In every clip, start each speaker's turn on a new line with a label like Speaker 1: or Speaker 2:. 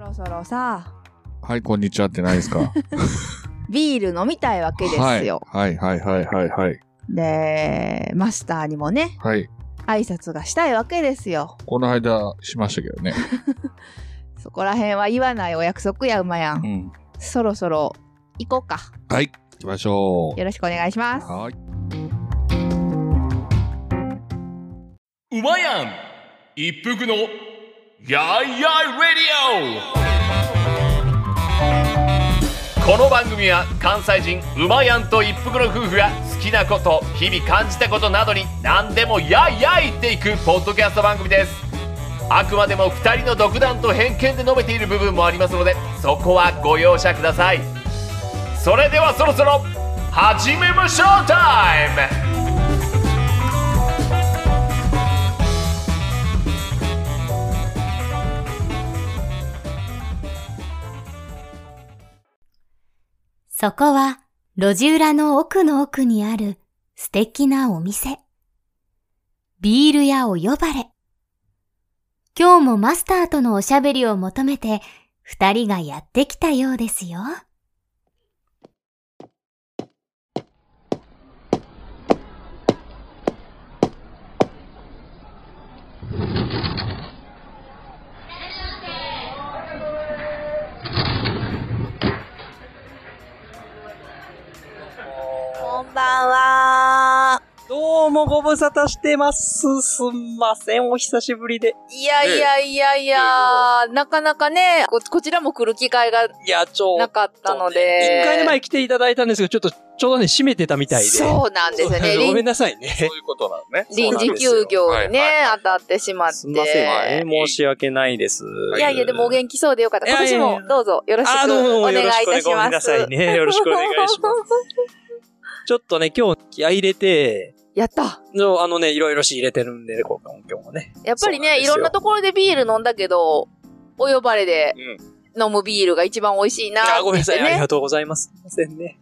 Speaker 1: ろそろさ
Speaker 2: はい、こんにちはってないですか。
Speaker 1: ビール飲みたいわけ ですよ、
Speaker 2: はいはいはいはいはい。
Speaker 1: でマスターにもね
Speaker 2: はい。
Speaker 1: 挨拶がしたいわけですよ
Speaker 2: この間しましたけどね。
Speaker 1: そこら辺は言わないお約束や馬やん
Speaker 2: ん。
Speaker 1: そろそろ行こうか
Speaker 2: はい、行きましょ
Speaker 1: よろしくお願いし
Speaker 2: う。
Speaker 1: ます
Speaker 2: はい。
Speaker 3: うまやん一服のやいやいレディオこの番組は関西人うまやんと一服の夫婦が好きなこと日々感じたことなどに何でもやいやい言っていくポッドキャスト番組ですあくまでも2人の独断と偏見で述べている部分もありますのでそこはご容赦くださいそれではそろそろ始めましょうタイム
Speaker 4: そこは路地裏の奥の奥にある素敵なお店。ビール屋お呼ばれ。今日もマスターとのおしゃべりを求めて二人がやってきたようですよ。
Speaker 5: こんばんは。
Speaker 6: どうもご無沙汰してます。すんません、お久しぶりで。
Speaker 5: いやいやいやいや、なかなかねこ、こちらも来る機会が
Speaker 6: いや、ちょ
Speaker 5: な
Speaker 6: っ
Speaker 5: かったので。
Speaker 6: 1回前来ていただいたんですけど、ちょっと、ちょうどね、閉めてたみたいで。
Speaker 5: そうなんです よね。
Speaker 6: ごめん
Speaker 5: 臨
Speaker 6: なさいね。
Speaker 7: そういうことなのね。
Speaker 5: 臨時休業にね、
Speaker 7: はいはい
Speaker 5: 当たってしまって。
Speaker 6: すんません、ね。申し訳ないです。
Speaker 5: いやいや、でもお元気そうでよかった。
Speaker 6: い
Speaker 5: 今
Speaker 6: やい
Speaker 5: 年
Speaker 6: や
Speaker 5: もどうぞよろし
Speaker 6: あ
Speaker 5: く
Speaker 6: どうも
Speaker 5: お願いい
Speaker 6: よろく
Speaker 5: たし
Speaker 6: ごめん
Speaker 5: ま
Speaker 6: な
Speaker 5: す。
Speaker 6: さいね。よろしくお願いし ます。
Speaker 5: す。
Speaker 6: ちょっとね、今日気合い入れて、
Speaker 5: やった。
Speaker 6: のあのね、いろいろ仕入れてるんで、こう今日もね。
Speaker 5: やっぱり
Speaker 6: そうなん
Speaker 5: ね、
Speaker 6: ですよ
Speaker 5: いろんなところでビール飲んだけど、お呼ばれで飲むビールが一番美味しいなって
Speaker 6: あ、ごめんなさい。あり
Speaker 5: ね。
Speaker 6: がとうございます。すいませんね。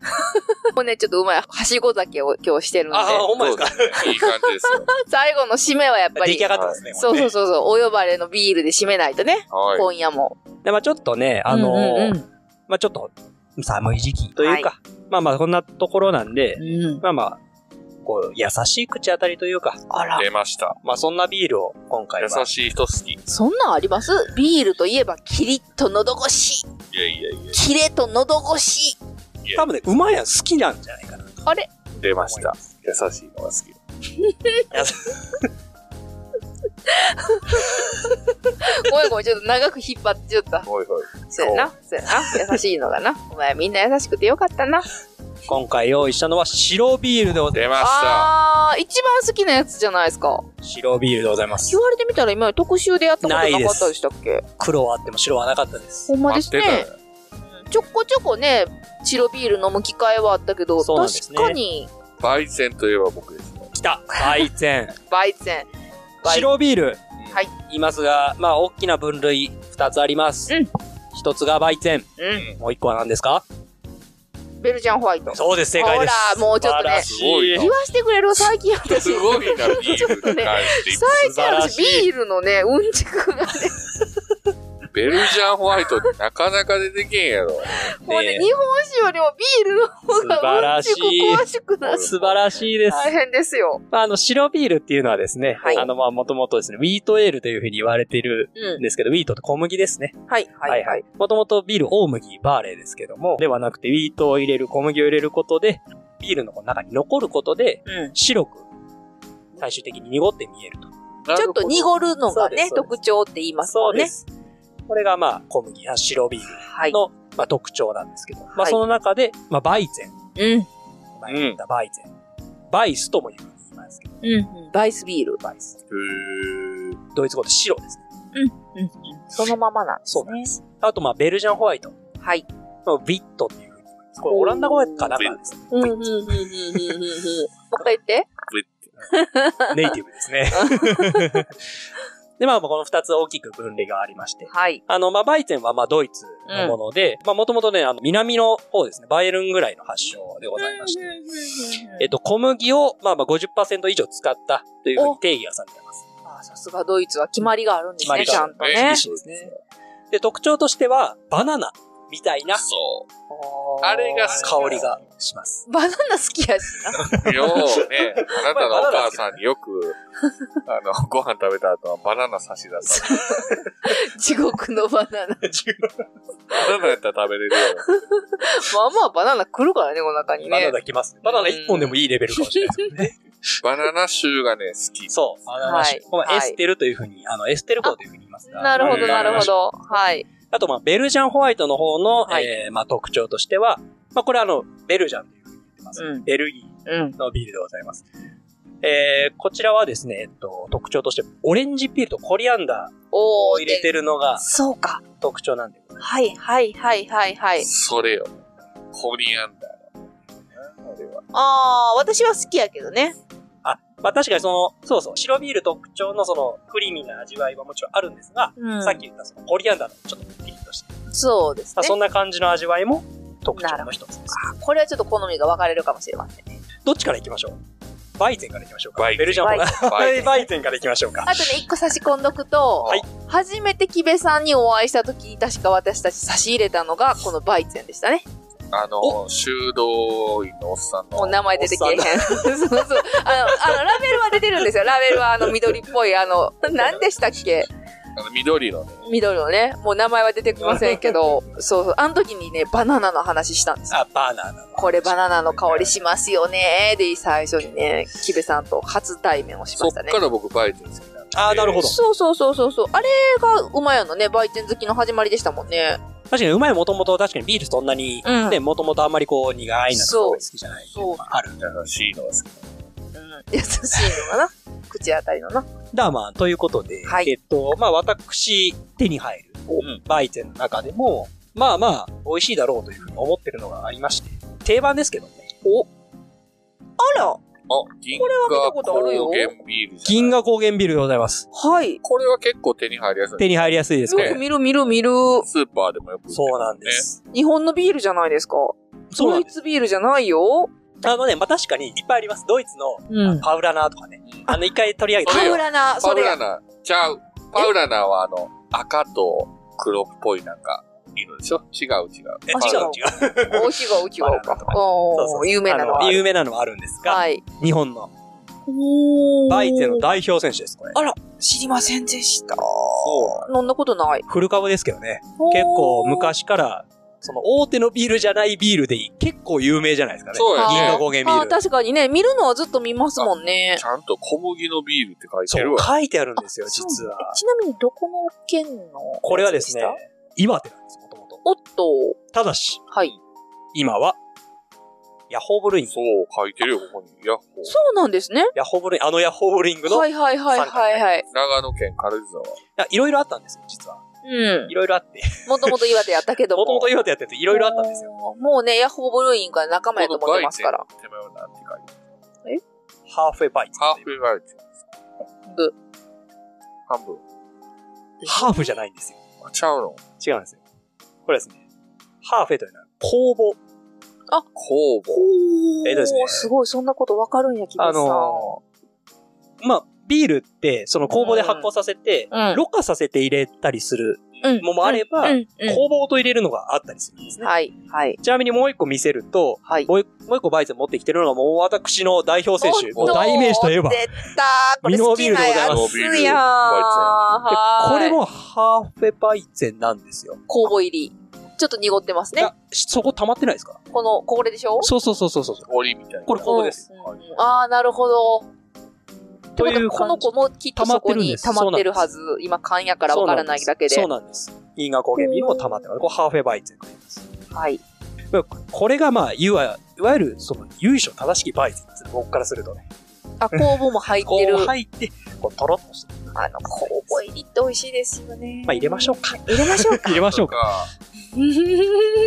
Speaker 5: もうね、ちょっとうまい。はしご酒を今日してるんで。
Speaker 6: あ、ほんまですか。
Speaker 7: いい感じです よ。
Speaker 5: 最後の締めはやっぱ
Speaker 6: 出
Speaker 5: り
Speaker 6: 来上。がってますね。
Speaker 5: そうそう
Speaker 6: う。
Speaker 5: そうそう、お呼ばれのビールで締めないとね、
Speaker 7: はい。
Speaker 5: 今夜も。
Speaker 6: で、まあちょっとね、あのー
Speaker 5: うん
Speaker 6: まあちょっと寒い時期というか、まあまあこんなところなんで、
Speaker 5: うんうん、うん
Speaker 6: まあまあ、こう、優しい口当たりというか、
Speaker 5: あら、
Speaker 7: 出ました。
Speaker 6: まあそんなビールを今回は。
Speaker 7: 優しい人好き。い
Speaker 5: そんなんありますビールといえば、キリッと喉越し、
Speaker 7: やいやいや、
Speaker 5: キレと喉越し。
Speaker 6: 多分ね、うまいやん好きなんじゃないかな。
Speaker 5: あれ
Speaker 7: 出ました。優しいのが好き。
Speaker 5: ごめんごめん、ちょっと長く引っ張っちゃった。
Speaker 7: おいおい。
Speaker 5: そうやな、そうやな。優しいのがな。お前みんな優しくてよかったな。
Speaker 6: 今回用意したのは白ビールでござい
Speaker 7: 出ました。
Speaker 5: あー、一番好きなやつじゃないですか。
Speaker 6: ます。白ビールでございます
Speaker 5: 言。われてみたら今まで特集でやったことなかったでしたっ け
Speaker 6: 黒はあっても白はなかったです。
Speaker 5: ほんまです
Speaker 7: 待って
Speaker 5: ね
Speaker 7: た。よ
Speaker 5: ちょこちょこね、白ビール飲む機会はあったけど、
Speaker 6: そうなんです
Speaker 5: 確
Speaker 6: ね
Speaker 5: かに、
Speaker 7: バイセンといえば僕ですね。
Speaker 6: 来た焙煎。
Speaker 5: バイゼン。バイ
Speaker 6: 白ビール。
Speaker 5: はい。
Speaker 6: いますが、まあ大きな分類二つあります。
Speaker 5: うん
Speaker 6: 一つが焙煎。
Speaker 5: う
Speaker 6: もう一個は何ですか
Speaker 5: ベルジャンホワイト。
Speaker 6: そうです、正解です。
Speaker 5: ほらもうちょっとね
Speaker 6: 素晴らし
Speaker 5: 言
Speaker 6: い
Speaker 5: わしてくれる最近私。
Speaker 7: すごいな、 ビールに関して。
Speaker 5: 最近
Speaker 6: 素晴ら
Speaker 5: 私
Speaker 6: しい
Speaker 5: ビールのね、うんちくがね、
Speaker 7: ベルジャンホワイトってなかなか出てけんやろ。
Speaker 5: もうね、日本酒よりもビールの方
Speaker 6: 素晴
Speaker 5: がうん
Speaker 6: らし
Speaker 5: ち
Speaker 6: い
Speaker 5: く詳しくなって
Speaker 6: 素晴らしいです。
Speaker 5: 大変ですよ。
Speaker 6: まあ、あの、白ビールっていうのはですね、
Speaker 5: はい
Speaker 6: あの、まあ、もともとですね、ウィートエールというふうに言われている
Speaker 5: うん
Speaker 6: ん。ですけど、ウィートって小麦ですね。
Speaker 5: はい、はい、はい。。
Speaker 6: もともとビール、大麦、バーレーですけども、ではなくて、ウィートを入れる、小麦を入れることで、ビールの中に残ることで、
Speaker 5: うん。
Speaker 6: 白く、最終的に濁って見えると。
Speaker 7: な
Speaker 5: ち
Speaker 7: る
Speaker 5: ょっ
Speaker 7: ほ
Speaker 5: と
Speaker 7: ど
Speaker 5: 濁るのがね、
Speaker 6: そうですそう
Speaker 5: 特徴って言いますもんね。
Speaker 6: す。これが、まあ、小麦や白ビール
Speaker 5: はい。
Speaker 6: の、まあ、特徴なんですけど、ま
Speaker 5: は
Speaker 6: あ、
Speaker 5: い
Speaker 6: その中で、まあ、バイゼン。
Speaker 5: うん。
Speaker 6: 前に言ったバイゼン。バイスとも言いますけど、
Speaker 5: うん。バイスビール。
Speaker 6: バイス。
Speaker 7: へー
Speaker 6: ドイツ語で白ですね。
Speaker 5: うん。そのままなんです
Speaker 6: そう
Speaker 5: ね
Speaker 6: なん。です。あと、まあ、ベルジャンホワイト。
Speaker 5: はい。
Speaker 6: のビットっていうふうに言います。これオランダ語やったかなんかですね。
Speaker 5: うん、うん、うん、うん、うん、うん。もう一回言って。
Speaker 6: ネイティブですね。で、まあ、この二つ大きく分類がありまして。
Speaker 5: はい。
Speaker 6: あの、まあ、バイゼンは、まあ、ドイツのもので、まあ、もともとね、あの、南の方ですね、バイエルンぐらいの発祥でございまして、えっと、小麦を、まあ、まあ50、以上使ったというふうに定義がされています。
Speaker 5: あさすがドイツは決まりがあるんですね、
Speaker 6: 決
Speaker 5: ちゃ
Speaker 6: ま
Speaker 5: ん
Speaker 6: り
Speaker 5: と
Speaker 7: がある
Speaker 5: ね
Speaker 7: ね。
Speaker 6: そうですね。で、特徴としては、バナナみたいな、
Speaker 3: そう。
Speaker 6: あ
Speaker 3: あれ
Speaker 6: れ
Speaker 3: が
Speaker 6: が香りがします。
Speaker 8: バナナ好きやし
Speaker 3: ようね、あなたのお母さんによく、あの、ご飯食べた後はバナナ差し出す。
Speaker 8: な。地獄のバ
Speaker 3: バ
Speaker 8: ナナ。
Speaker 3: ナナやったら食べれるよ。
Speaker 8: まあまあバナナ来るからね、お腹に
Speaker 6: バ
Speaker 8: ね
Speaker 6: ナ。ナきますね。バナナ1本でもいいレベルかもしれないですけど ね。
Speaker 3: バナナ臭がね、好き。
Speaker 6: そう。バナナ種
Speaker 8: はい
Speaker 6: これはエ
Speaker 8: はい
Speaker 6: ステルというふうに、あの、エステル法というふうに言いますが
Speaker 8: なるほど、なるほ。ど。はい。
Speaker 6: あと、まあ、ベルジャンホワイトの方の、
Speaker 8: はい
Speaker 6: えーまあ、特徴としては、まあ、これはあの、ベルジャンというふうに言ってます。
Speaker 8: うん
Speaker 6: ベルギ
Speaker 8: うん。
Speaker 6: ーのビールでございます。えー、こちらはですね、えっと、特徴として、オレンジピールとコリアンダー
Speaker 8: お
Speaker 6: を
Speaker 8: ー、
Speaker 6: 入れ
Speaker 8: で
Speaker 6: てるのが
Speaker 8: そうか。
Speaker 6: 特徴なんで。
Speaker 8: はい、はい、はい、はい、はい。
Speaker 3: それよ。コリアンダー。
Speaker 8: あー、私は好きやけどね。
Speaker 6: まあ、確かにその、そうそう、白ビール特徴のその、クリーミーな味わいはもちろんあるんですが、
Speaker 8: うん
Speaker 6: さっき言ったその、コリアンダーのちょっとピリッとした、
Speaker 8: そうです
Speaker 6: まあ、そん
Speaker 8: ね。
Speaker 6: な感じの味わいも特徴の一つです。
Speaker 8: これはちょっと好みが分かれるかもしれませんね。
Speaker 6: どっちから行きましょうバイゼンから行きましょうか。
Speaker 3: バイゼン
Speaker 6: ベルジャンホワイト
Speaker 3: バイ
Speaker 6: バイゼンから行きましょうか。
Speaker 8: あとね、一個差し込んどくと、
Speaker 6: はい
Speaker 8: 初めて木部さんにお会いした時、確か私たち差し入れたのが、このバイツェンでしたね。
Speaker 3: あの、修道院のおっさんの。
Speaker 8: もう名前出てけえへん。 そうそう。あの、あの、ラベルは出てるんですよ。ラベルはあの、緑っぽい、あの、何でしたっけ
Speaker 3: あの緑のね。
Speaker 8: 緑のね。もう名前は出てきませんけど、そうそう。あの時にね、バナナの話したんですよ。
Speaker 6: あ、バーナーなの。
Speaker 8: これバナナの香りしますよねで、最初にね、木部さんと初対面をし
Speaker 3: そ
Speaker 8: ま
Speaker 3: っ
Speaker 8: した
Speaker 3: か
Speaker 8: ね。
Speaker 3: ら僕バイゼン好きなんで。
Speaker 6: あーなるほど
Speaker 8: そうそうそうそうそう。あれが馬屋のね、売店好きの始まりでしたもんね。
Speaker 6: 確かにうまいもともと、確かにビールそんなに、
Speaker 8: うん
Speaker 6: ね、もともとあんまりこう、苦いな
Speaker 8: そう
Speaker 6: 好きじゃない。
Speaker 8: そう。
Speaker 6: ある。
Speaker 3: だからシーノが好き。
Speaker 8: うん、優しいのかな 口当たりのな。
Speaker 6: だ、まあ、ということで、
Speaker 8: はい
Speaker 6: えっと、まあ、私、手に入る、
Speaker 3: ん
Speaker 6: バイゼンの中でも、まあまあ、美味しいだろうというふうに思ってるのがありまして、定番ですけどね。お
Speaker 8: あら
Speaker 3: あ、銀
Speaker 8: これは見た
Speaker 3: 河
Speaker 8: ことあるよ
Speaker 3: 高原ビールじゃない
Speaker 6: 銀河高原ビールでございます。
Speaker 8: はい。
Speaker 3: これは結構手に入りやすい。
Speaker 6: 手に入りやすいですか
Speaker 3: ね
Speaker 6: ら。
Speaker 8: 見る見る見る。
Speaker 3: スーパーでもよく売ってる
Speaker 6: そうなんです。
Speaker 8: 日本のビールじゃないですか。
Speaker 6: そう
Speaker 8: ド
Speaker 6: なん
Speaker 8: イ
Speaker 6: です。
Speaker 8: ツビールじゃないよ。
Speaker 6: あのね、まあ確かにいっぱいあります。ドイツの
Speaker 8: うん。
Speaker 6: パウラナーとかね。あの、一回取り上げた。
Speaker 3: それ
Speaker 8: パ
Speaker 3: よ
Speaker 8: ウラナ、
Speaker 3: パ
Speaker 8: そ
Speaker 3: ウ
Speaker 8: れ
Speaker 3: ラ
Speaker 8: や。
Speaker 3: ナ、ちゃう。パウラナはあの、赤と黒っぽいなんか、色でしょ違う違う。
Speaker 6: え
Speaker 8: あ
Speaker 6: 違う違う。
Speaker 8: お違う違うか。
Speaker 6: そう
Speaker 8: お
Speaker 6: そ
Speaker 8: ー
Speaker 6: う
Speaker 8: 有名なのは
Speaker 6: あ
Speaker 8: ある。
Speaker 6: 有名なのはあるんですが、
Speaker 8: はい。
Speaker 6: 日本のバイゼンの代表選手です、これ。
Speaker 8: あら、知りませんでした。
Speaker 6: そ
Speaker 8: 飲んだことない。
Speaker 6: フル株ですけどね。結構昔から、その大手のビールじゃないビールで結構有名じゃないですかね。
Speaker 3: そうやね
Speaker 6: 銀河高原ビ
Speaker 8: あ
Speaker 6: ー
Speaker 8: ー
Speaker 6: ル。
Speaker 8: 確かにね、見るのはずっと見ますもんね。
Speaker 3: ちゃんと小麦のビールって書いて
Speaker 6: そ
Speaker 3: る
Speaker 6: う、
Speaker 3: わ。
Speaker 6: 書いてあるんですよ、実は
Speaker 8: え。ちなみにどこの県の
Speaker 6: これはですね
Speaker 8: やつした、
Speaker 6: 岩手なんです、もともと。
Speaker 8: おっと、
Speaker 6: ただし、
Speaker 8: はい。
Speaker 6: 今は、ヤホーブルーイング
Speaker 3: そう、書いてるよ、ここに。ヤッホー。
Speaker 8: そうなんですね。
Speaker 6: ヤホーブルーイングあのヤホーブルーイングの、
Speaker 8: はいはいはいはいはい。
Speaker 3: 長野県軽井沢。
Speaker 6: あいろいろあったんですよ、実は。
Speaker 8: うん
Speaker 6: い。ろいろあって。
Speaker 8: もともと岩手やったけ ど
Speaker 6: も
Speaker 8: も。
Speaker 6: ともと岩手やってて、いろいろあったんですよ。
Speaker 8: よ。もうね、ヤッホーブルーイングは仲間やと思ってますから。
Speaker 3: 手前はなんて書いてる
Speaker 6: ハーフウェイバイツ。
Speaker 3: ハーフウェイバイツ。
Speaker 8: ぶ
Speaker 3: 半分。
Speaker 6: ハーフじゃないんですよ。
Speaker 3: あ、ちゃうの
Speaker 6: 違うんですよ。これはですね、ハーフェというのは公募。
Speaker 3: 酵母。
Speaker 8: お
Speaker 6: えっとですね
Speaker 8: すごい、そんなことわかるんや、きさん。
Speaker 6: あのーまあ、ビールって、その公募で発酵させて、
Speaker 8: うん
Speaker 6: ろ過させて入れたりする
Speaker 8: うん
Speaker 6: のもあれば、
Speaker 8: う
Speaker 6: 酵
Speaker 8: んうん
Speaker 6: 母ごと入れるのがあったりするんですね。
Speaker 8: はい、はい、
Speaker 6: ちなみにもう一個見せると、
Speaker 8: はい。
Speaker 6: もう一もう一個バイゼン持ってきてるのがもう私の代表選手、も
Speaker 8: おっ
Speaker 6: う
Speaker 8: と
Speaker 6: 代名詞といえば。で
Speaker 8: 出たこれ好きな
Speaker 3: ミノビール
Speaker 8: やつ
Speaker 3: でございます
Speaker 8: やーはーい
Speaker 6: これもハーフェバイゼンなんですよ。
Speaker 8: 酵母入り。ちょっと濁ってます
Speaker 6: い
Speaker 8: ね
Speaker 6: や。そこ溜まってないですか
Speaker 8: この、これでしょ
Speaker 6: そうそうそうそうそう。
Speaker 3: 氷みたいな。
Speaker 6: これ公募です。
Speaker 8: うんうんああ、なるほど。って
Speaker 6: と
Speaker 8: こ
Speaker 6: いう
Speaker 8: とはこ
Speaker 6: 感
Speaker 8: の
Speaker 6: じ
Speaker 8: 子もきっとそこ
Speaker 6: 溜
Speaker 8: に溜
Speaker 6: ま
Speaker 8: ま
Speaker 6: っ
Speaker 8: ってて
Speaker 6: る
Speaker 8: る
Speaker 6: んで
Speaker 8: は
Speaker 6: す
Speaker 8: ず。今、缶やからわからないだけで。
Speaker 6: そうなんです。そうなんです銀河高原ビールも溜まってます。これハーフェバイゼンと言います。
Speaker 8: はい。
Speaker 6: これがまあ、いわいわゆるその由緒正しきバイゼンです僕からするとね。
Speaker 8: あ、酵母も入っ
Speaker 6: こ
Speaker 8: てる。
Speaker 6: う入って、こうトロッとして。
Speaker 8: あの、酵母入りって美味しいですよね。
Speaker 6: まあ入れましょうか。
Speaker 8: 入れましょうか。
Speaker 6: 入れまし ょうか。
Speaker 3: か。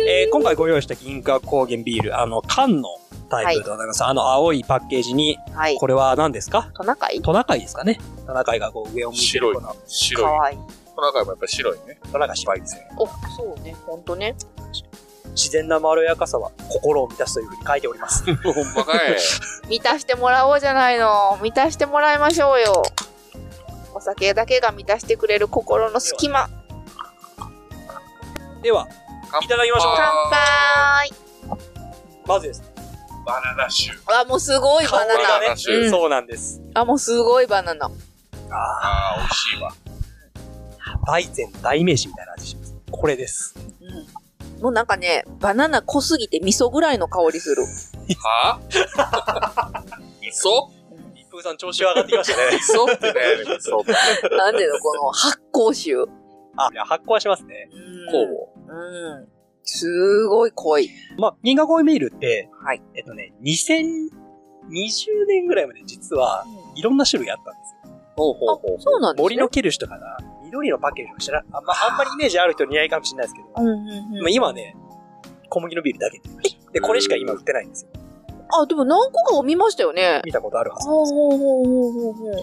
Speaker 6: えー今回ご用意した銀河高原ビール、あの、缶のタイプでございます。あの、青いパッケージに、
Speaker 8: はい。
Speaker 6: これは何ですか
Speaker 8: トナカイ
Speaker 6: トナカイですかね。トナカイがこう上を向いてるこの。
Speaker 8: か
Speaker 3: 白い。
Speaker 8: わいい。
Speaker 3: この中もやっぱ白いね。
Speaker 6: トナカイ芝居ですね。
Speaker 8: お、そうね。ほんとね。
Speaker 6: 自然なまろやかさは心を満たすというふうに書いており ます。
Speaker 3: ほんまかい。
Speaker 8: 満たしてもらおうじゃないの。満たしてもらいましょうよ。お酒だけが満たしてくれる心の隙間。
Speaker 6: では、
Speaker 3: 乾杯
Speaker 6: いただきましょう。
Speaker 8: 乾杯
Speaker 6: まずです。
Speaker 3: バナナ酒。
Speaker 8: あ、もうすごいバナ
Speaker 3: 香りが
Speaker 8: ナ。
Speaker 3: ね
Speaker 6: 酒
Speaker 8: うん
Speaker 6: そうなんです。
Speaker 8: あ、もうすごいバナナ。
Speaker 3: ああ、美味しいわ。
Speaker 6: 大前大名詞みたいな味します。これです。
Speaker 8: うん。もうなんかね、バナナ濃すぎて味噌ぐらいの香りする。
Speaker 3: はぁ味噌
Speaker 6: 一風さん調子上がってきましたね。
Speaker 3: 味噌ってね、味噌って。
Speaker 8: なんでのこの発酵臭。う
Speaker 6: あ、いや発酵はしますね。
Speaker 3: こう。
Speaker 8: ん。うん。すごい濃い。
Speaker 6: まあ、銀河ゴイミールって、
Speaker 8: はい
Speaker 6: えっとね、2020年ぐらいまで実は、いろんな種類あったんですよ。
Speaker 3: ほうほうほう。
Speaker 8: そうなんですね。
Speaker 6: 森のケルシュとかな、緑のパッケージを知らん。あんまあんまりイメージある人に似合いかもしれないですけど、
Speaker 8: うんうんうん
Speaker 6: まあ、今はね、小麦のビールだけで売ってますで、これしか今売ってないんですよ。
Speaker 8: あ、でも何個かを見ましたよね。
Speaker 6: 見たことあるはずなん
Speaker 8: ほ
Speaker 6: で
Speaker 8: う
Speaker 6: すよ。
Speaker 8: ほうほうほうほうほう。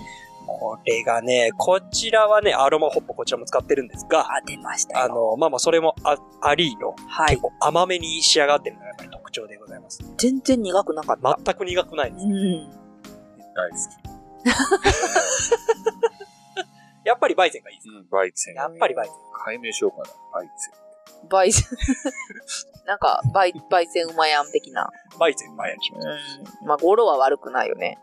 Speaker 6: これがね、こちらはね、アロマホップこちらも使ってるんですが、
Speaker 8: あ、出ました
Speaker 6: あ
Speaker 8: よ。
Speaker 6: の、まあまあ、それもあありの、
Speaker 8: は
Speaker 6: 結
Speaker 8: い。
Speaker 6: 構甘めに仕上がってるのがやっぱり特徴でございます。
Speaker 8: 全然苦くなかった。
Speaker 6: 全く苦くないんです。
Speaker 8: うん。
Speaker 3: 大好
Speaker 6: やっぱりバイゼンがいいです。
Speaker 3: き。うん、バイツェン
Speaker 6: や。っぱりバイゼン。
Speaker 3: 解明しようかな、バイツ
Speaker 8: バイセン。 なんか、バイ、バイセンうまやん的な。
Speaker 6: バイゼン、バイゼン。
Speaker 8: うん。まあ、語呂は悪くないよね。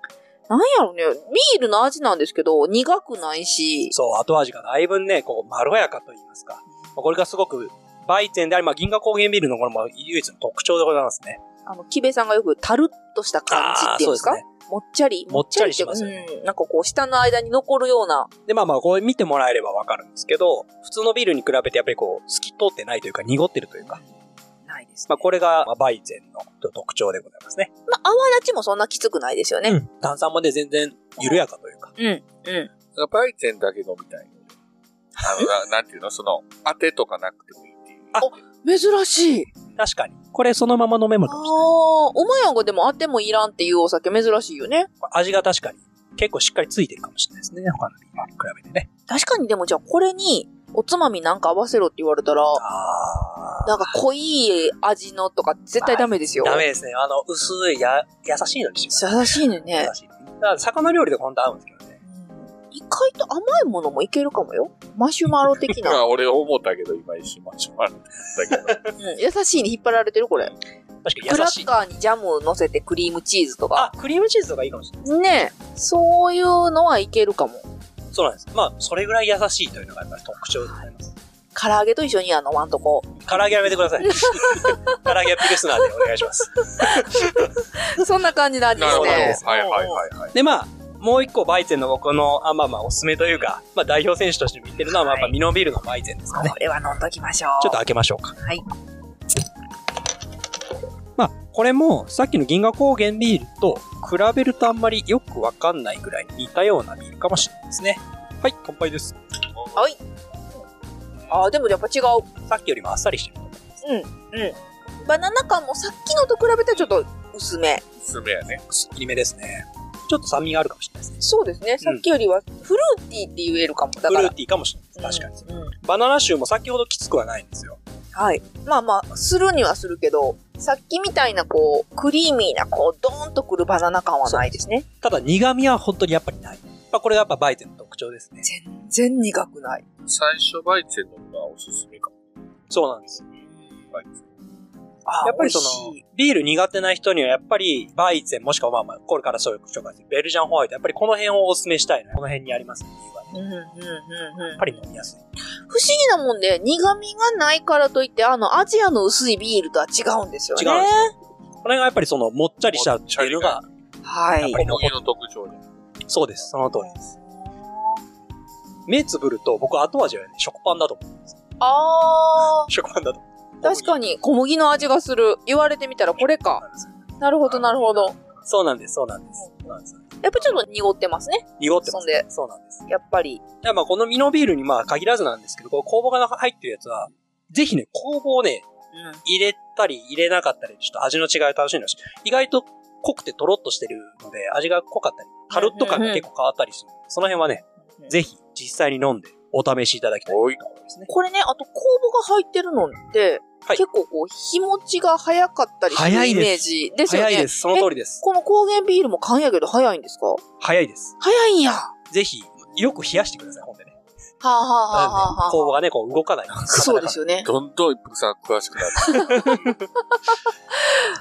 Speaker 8: なんやろね。ビールの味なんですけど、苦くないし。
Speaker 6: そう、後味がだいぶね、こう、まろやかと言いますか。まあこれがすごく、バイゼンであり、まあ、銀河高原ビールのこれも唯一の特徴でございますね。
Speaker 8: あの、木部さんがよく、たるっとした感じっていうんですか
Speaker 6: あーそう
Speaker 8: もっちゃり。
Speaker 6: もっちゃりしますよ
Speaker 8: ね。うん。なんかこう、舌の間に残るような。
Speaker 6: で、まあまあ、こう見てもらえればわかるんですけど、普通のビールに比べてやっぱりこう、透き通ってないというか、濁ってるというか、
Speaker 8: ないです、
Speaker 6: まあ、これが、まあ、バイゼンの特徴でございますね。
Speaker 8: まあ、泡立ちもそんなきつくないですよね。
Speaker 6: うん炭酸もね、全然緩やかというか。
Speaker 8: うん。うん。
Speaker 3: ェン。バイツェンだけ飲みたい。あの、な なんていうのその、当てとかなくてもいいっていう。
Speaker 6: あ
Speaker 8: 珍しい。
Speaker 6: 確かに。これそのまま飲める
Speaker 8: あ
Speaker 6: かもしれない。
Speaker 8: あ、おまやんがでもあってもいらんっていうお酒珍しいよね。
Speaker 6: まあ味が確かに、結構しっかりついてるかもしれないですね。他のビールに比べてね。
Speaker 8: 確かにでもじゃあこれに、おつまみなんか合わせろって言われたら、
Speaker 6: あ
Speaker 8: なんか濃い味のとか絶対ダメですよ。
Speaker 6: ダメですね。あの、薄い、や、優しいのにしよ
Speaker 8: 優しいね
Speaker 6: う。
Speaker 8: ね
Speaker 6: 優。しい。だから魚料理で本当合うんですけどね。
Speaker 8: 意外と甘いものもいけるかもよ。マシュマロ的
Speaker 3: ま
Speaker 8: な。
Speaker 3: あ、俺思ったけど、今一瞬マシュマロだけど。
Speaker 8: うん、優しいに引っ張られてるこれ。
Speaker 6: 確か
Speaker 8: ク
Speaker 6: に優
Speaker 8: ラ
Speaker 6: し
Speaker 8: ッ
Speaker 6: い。
Speaker 8: カーにジャムを乗せてクリームチーズとか。
Speaker 6: あ、クリームチーズとかいいかもしれない。
Speaker 8: ねえ。そういうのはいけるかも。
Speaker 6: そうなんです。まあ、それぐらい優しいというのがやっぱり特徴でございます。
Speaker 8: 唐揚げと一緒にやのワンとこ。
Speaker 6: 唐揚げやめてください。唐揚げはピルスナーでお願いします。
Speaker 8: そんな感じの味で
Speaker 3: なるほ
Speaker 8: す
Speaker 3: ど。はい
Speaker 8: ね。
Speaker 3: はいはいはい。
Speaker 6: で、まあ、もう一個バイゼンの僕の、あまあまあおすすめというか、まあ代表選手として見てるのは、まあやっぱミノビールのバイゼンですかね。
Speaker 8: これは飲んときましょ
Speaker 6: ちょっと。
Speaker 8: う
Speaker 6: 開けましょうか。
Speaker 8: はい。
Speaker 6: まあ、これも、さっきの銀河高原ビールと比べるとあんまりよくわかんないぐらい似たようなビールかもしれないですね。はい、乾杯です。
Speaker 8: あ、でもやっぱ違う。
Speaker 6: さっきよりもあっさりしてる。
Speaker 8: バナナ感もさっきのと比べたらちょっと薄め。
Speaker 3: すめやね。
Speaker 6: すっきりめですね。ちょっと酸味があるかもしれないですね。
Speaker 8: そうですね。さっきよりはフルーティーって言えるかも。だ
Speaker 6: フ
Speaker 8: か
Speaker 6: ル
Speaker 8: ら。
Speaker 6: ーティーかもしれないです。確かに。
Speaker 8: うんうん
Speaker 6: バナナ臭も先ほどきつくはないんですよ。
Speaker 8: はい。まあまあ、するにはするけど、さっきみたいなこう、クリーミーなこう、ドーンとくるバナナ感はないですね。
Speaker 6: ただ苦味は本当にやっぱりない。まあ、これがやっぱバイゼンの特徴ですね。
Speaker 8: 全然苦くない。
Speaker 3: 最初、バイツェン飲むのがおすすめかも。
Speaker 6: そうなんです。
Speaker 3: バイツェン。
Speaker 8: あー
Speaker 6: やっぱりそ
Speaker 8: 美味
Speaker 6: の
Speaker 8: しい、
Speaker 6: ビール苦手な人にはやっぱり、バイゼンもしくはまあまあ、これからそういう紹介する、ベルジャンホワイト、やっぱりこの辺をお勧めしたいな。この辺にありますね、理由はね。
Speaker 8: うんうんうんうん
Speaker 6: やっぱり飲みやすい。
Speaker 8: 不思議なもんで、苦味がないからといって、あの、アジアの薄いビールとは違うんですよね。
Speaker 6: 違うんですよ。これがやっぱりその、もっちゃりしたっていうのが、
Speaker 8: は
Speaker 6: やっ
Speaker 8: い
Speaker 6: ぱ。り
Speaker 3: 小
Speaker 6: 残
Speaker 3: 麦
Speaker 6: っ
Speaker 3: の特徴で。
Speaker 6: そうです。その通りです。目つぶると、僕後味はね、食パンだと思う。
Speaker 8: あ
Speaker 6: 食パンだと思
Speaker 8: ー、確かに小麦の味がする。言われてみたらこれか。なるほど、なるほど。
Speaker 6: う。そうなんです、そうなんです。そうなんです
Speaker 8: やっぱちょっと濁ってますね。
Speaker 6: 濁ってま
Speaker 8: そん
Speaker 6: す、
Speaker 8: で
Speaker 6: そうなんです。
Speaker 8: やっぱり。
Speaker 6: いやまあ、このミノビールにまあ、限らずなんですけど、この酵母が入ってるやつは、ぜひね、酵母をね、入れたり入れなかったり、ちょっと味の違いを楽しんでほしい。意外と濃くてとろっとしてるので、味が濃かったり、タルッと感が結構変わったりする。その辺はね、ぜひ実際に飲んでお試しいただきたいところですね。
Speaker 8: これね、あと酵母が入ってるのって、
Speaker 6: はい
Speaker 8: 結構こう、日持ちが早かったりす
Speaker 6: 早
Speaker 8: る
Speaker 6: い
Speaker 8: イ
Speaker 6: です
Speaker 8: メージですよ
Speaker 6: 早
Speaker 8: ね。
Speaker 6: いです。その通りです。
Speaker 8: この高原ビールも缶やけど早いんですか
Speaker 6: 早いです。
Speaker 8: 早いんや。
Speaker 6: ぜひ、よく冷やしてください、ほんでね。
Speaker 8: はあ、はあはあはあはあ、
Speaker 6: 酵母がね、こう動かない。
Speaker 8: そうですよね。
Speaker 3: どんどん一服さん詳しくな る。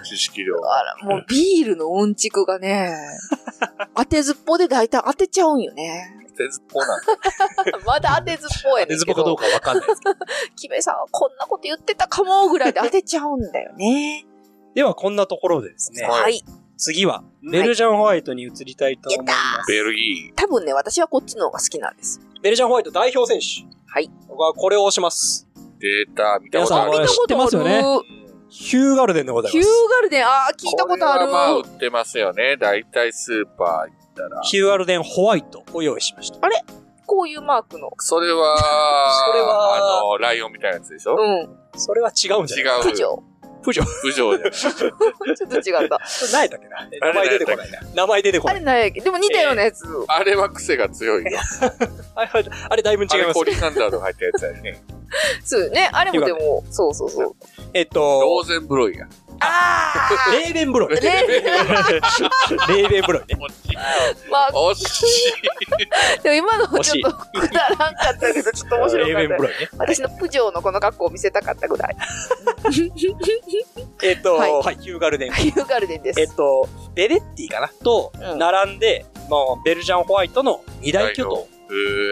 Speaker 3: 知識量。
Speaker 8: あら、もうビールのうんちくが ね、当てずっぽで大体当てちゃうんよね。
Speaker 3: 絶望なん
Speaker 8: まだ当てずっぽやねん
Speaker 6: 熱
Speaker 8: け
Speaker 6: ぼかどう
Speaker 8: ど、
Speaker 6: かわかんないです。
Speaker 8: キベさんはこんなこと言ってたかもぐらいで当てちゃうんだよ ね。
Speaker 6: では、こんなところでですね、
Speaker 3: はい
Speaker 8: はい。
Speaker 6: 次は、ベルジャンホワイトに移りたいと思います。
Speaker 3: ベルギ
Speaker 8: 多分ね、私はこっちの方が好きなんです。
Speaker 6: ベルジャンホワイト代表選手。
Speaker 8: はい。
Speaker 6: 僕はこれを押します。
Speaker 3: ー、データ見たことあ
Speaker 6: 皆
Speaker 3: る
Speaker 6: さん。知ってますよね
Speaker 8: 聞いたこと
Speaker 6: ヒューガルデンでご
Speaker 8: あ
Speaker 6: ざ
Speaker 8: る
Speaker 6: い
Speaker 8: ヒ
Speaker 6: ま
Speaker 8: ュー
Speaker 6: す。
Speaker 8: ガルデン、ああ、聞いたことある。
Speaker 3: これはまあ売ってますよね。大体スーパー行ったら。
Speaker 6: ヒューガルデンホワイトを用意しました。
Speaker 8: こういうマークの。
Speaker 3: それ は、
Speaker 6: それは
Speaker 3: あの、ライオンみたいなやつでしょ、
Speaker 8: うん。
Speaker 6: それは違うんじゃ
Speaker 3: 違。
Speaker 6: ないう
Speaker 8: プジョー。
Speaker 6: プジョー。
Speaker 3: プジョーじゃない
Speaker 8: ちょっと違った。
Speaker 6: それ何やったっけな名前出てこないな。名前出てこな
Speaker 8: あれ
Speaker 6: い。
Speaker 8: なんやっけでも似たようなやつ。
Speaker 3: あれは癖が 強いよ。
Speaker 6: あれ、あれあれだいぶ違い
Speaker 3: あれ
Speaker 6: ます
Speaker 3: コ。リサンダードが入ったやつやね。
Speaker 8: そうよね。あれもでも、そうそうそう。
Speaker 6: えっ
Speaker 3: ロ
Speaker 6: と
Speaker 3: ー、ゼンブロイや。
Speaker 8: あ
Speaker 6: レーベンブロイ。レ
Speaker 8: ーね、
Speaker 6: ーベンブロイね。
Speaker 8: まあ、
Speaker 3: 惜しい。
Speaker 8: でも今の
Speaker 6: 惜し
Speaker 8: ち
Speaker 6: い
Speaker 8: ょっとくだらんかったけど、ちょっと面
Speaker 6: レーベ
Speaker 8: 白
Speaker 6: ン
Speaker 8: か
Speaker 6: ブ
Speaker 8: った。
Speaker 6: ロイね。
Speaker 8: 私のプジョーのこの格好を見せたかったぐ らい。
Speaker 6: えっと、
Speaker 8: はい
Speaker 6: はい、ヒューガルデン。
Speaker 8: ヒューガルデンです。
Speaker 6: えっと、ベレッティかなと、
Speaker 8: うん
Speaker 6: 並んで、まあ、ベルジャンホワイトの二大巨頭、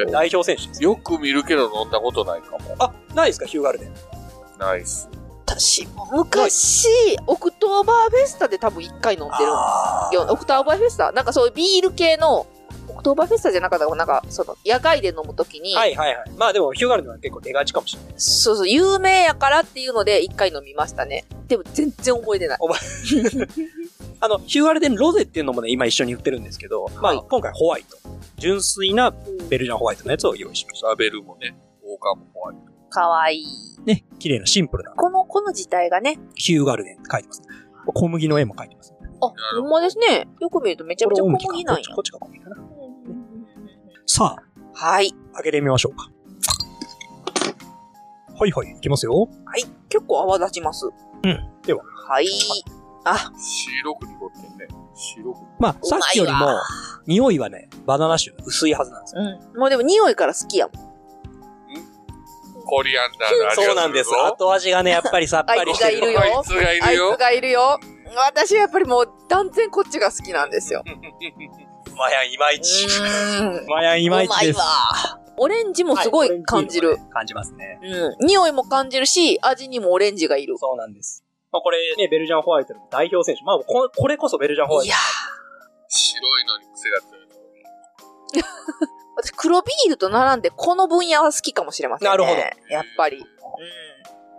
Speaker 3: へ
Speaker 6: 代表選手です
Speaker 3: ー。よく見るけど飲んだことないかも。
Speaker 6: あ、ないですか、ヒューガルデン。
Speaker 3: ナイス。
Speaker 8: 私も昔、オクトーバーフェスタで多分一回飲んでるん
Speaker 6: あー
Speaker 8: よ。オクトーバーフェスタなんかそういうビール系の、オクトーバーフェスタじゃなかったかもなんか、その、野外で飲むときに、
Speaker 6: はいはいはい。まあでも、ヒューガルデンは結構出がちかもしれない。
Speaker 8: そうそう、有名やからっていうので一回飲みましたね。でも全然覚えてない。
Speaker 6: あの、ヒューガルデンロゼっていうのもね、今一緒に売ってるんですけど、まあ今回ホワイト。純粋なベルジャンホワイトのやつを用意しまし
Speaker 3: ラベルもね、王冠もホワイト。
Speaker 8: かわいい。
Speaker 6: た。ね、綺麗なシンプルな
Speaker 8: この、この自体がね、
Speaker 6: ヒューガルデンって書いてます。小麦の絵も書いてます。
Speaker 8: あ、ほんまですね。よく見るとめちゃ
Speaker 6: こ
Speaker 8: くち
Speaker 6: れ
Speaker 8: ゃ
Speaker 6: 大
Speaker 8: 小
Speaker 6: 麦か
Speaker 8: 麦
Speaker 6: こ
Speaker 8: なん
Speaker 6: っ
Speaker 8: や
Speaker 6: ち。こっちが小麦かな。さあ、
Speaker 8: はい。
Speaker 6: 開けてみましょうか。はいはい、いきますよ。
Speaker 8: はい。結構泡立ちます。うん。
Speaker 6: では。
Speaker 8: はい。
Speaker 3: 白く濁ってんね。白く。
Speaker 6: まあ、さっきより
Speaker 8: うまい
Speaker 6: も
Speaker 8: わ、
Speaker 6: 匂いはね、バナナ臭薄いはずなんですよ。
Speaker 8: うん。もうでも匂いから好きやもん。
Speaker 3: コリアンダーの 味がするぞ。
Speaker 6: そうなんです。後味がね、やっぱりさっぱりして
Speaker 8: あい
Speaker 6: る
Speaker 8: る。よ
Speaker 3: あいつがい
Speaker 8: あ
Speaker 3: る
Speaker 8: いつ
Speaker 3: よ。
Speaker 8: がいるよ。私はやっぱりもう断然こっちが好きなんですよ。。
Speaker 6: う まやん、いまいう
Speaker 8: ー
Speaker 6: う
Speaker 8: ん。
Speaker 6: まやん、いまいちです。
Speaker 8: うまいわ。オレンジもすご
Speaker 6: はい
Speaker 8: 感じる。。
Speaker 6: 感じますね。
Speaker 8: うん。匂いも感じるし、味にもオレンジがいる。
Speaker 6: そうなんです。まあ、これね、ベルジャンホワイトの代表選手。まあ、ここれこそベルジャンホワイ
Speaker 8: い
Speaker 6: ト
Speaker 8: やー。
Speaker 3: 白いのに癖が強い。
Speaker 8: 私、黒ビールと並んで、この分野は好きかもしれませんね。
Speaker 6: なるほど
Speaker 8: やっぱり。う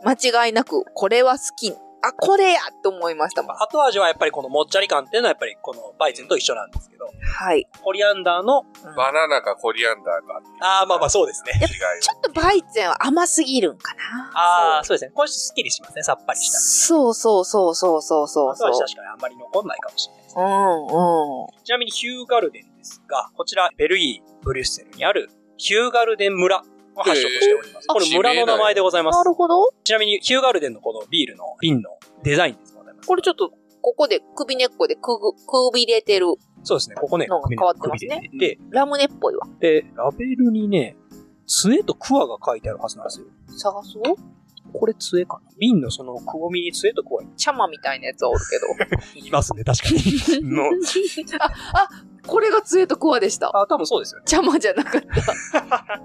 Speaker 8: ん。間違いなく、これは好き。あ、これやと思いましたもん。
Speaker 6: 後味はやっぱりこのもっちゃり感っていうのはやっぱりこのバイゼンと一緒なんですけど、
Speaker 8: はい。
Speaker 6: コリアンダーの、
Speaker 8: うん
Speaker 3: バナナかコリアンダーか。
Speaker 6: ああ、まあまあそうですね。
Speaker 8: や
Speaker 3: 違いよ。
Speaker 8: ちょっとバイゼンは甘すぎるんかな。
Speaker 6: ああ、そうですね。これすっきりしますね、さっぱりした。
Speaker 8: そうそうそうそうそうそう
Speaker 6: 後
Speaker 8: そう。
Speaker 6: 味確かにあんまり残んないかもしれないです
Speaker 8: う
Speaker 6: ね。
Speaker 8: んうん。
Speaker 6: ちなみにヒューガルデンですが、こちらベルギー、ブリュッセルにあるヒューガルデン村を発祥としております。
Speaker 3: へー
Speaker 6: これ村の名前でございま
Speaker 8: な
Speaker 6: す
Speaker 8: る。ほど。
Speaker 6: ちなみにヒューガルデンのこのビールの瓶のデザインですございます。
Speaker 8: これちょっと、ここで首根っこでくぐ、くびれてる
Speaker 6: そうですね、ここね、
Speaker 8: なんか変わってますね
Speaker 6: 首で。
Speaker 8: ラムネっぽいわ。
Speaker 6: で、でラベルにね、杖とクワが書いてあるはずなんですよ。
Speaker 8: 探そう
Speaker 6: これ杖かな瓶のそのくぼみに杖とクワ
Speaker 8: チャマみたいなやつはおるけど。
Speaker 6: いますね、確か に。の
Speaker 8: あ、あ、これが杖とクワでした。
Speaker 6: あ、多分そうですよね。
Speaker 8: チャマじゃなかった。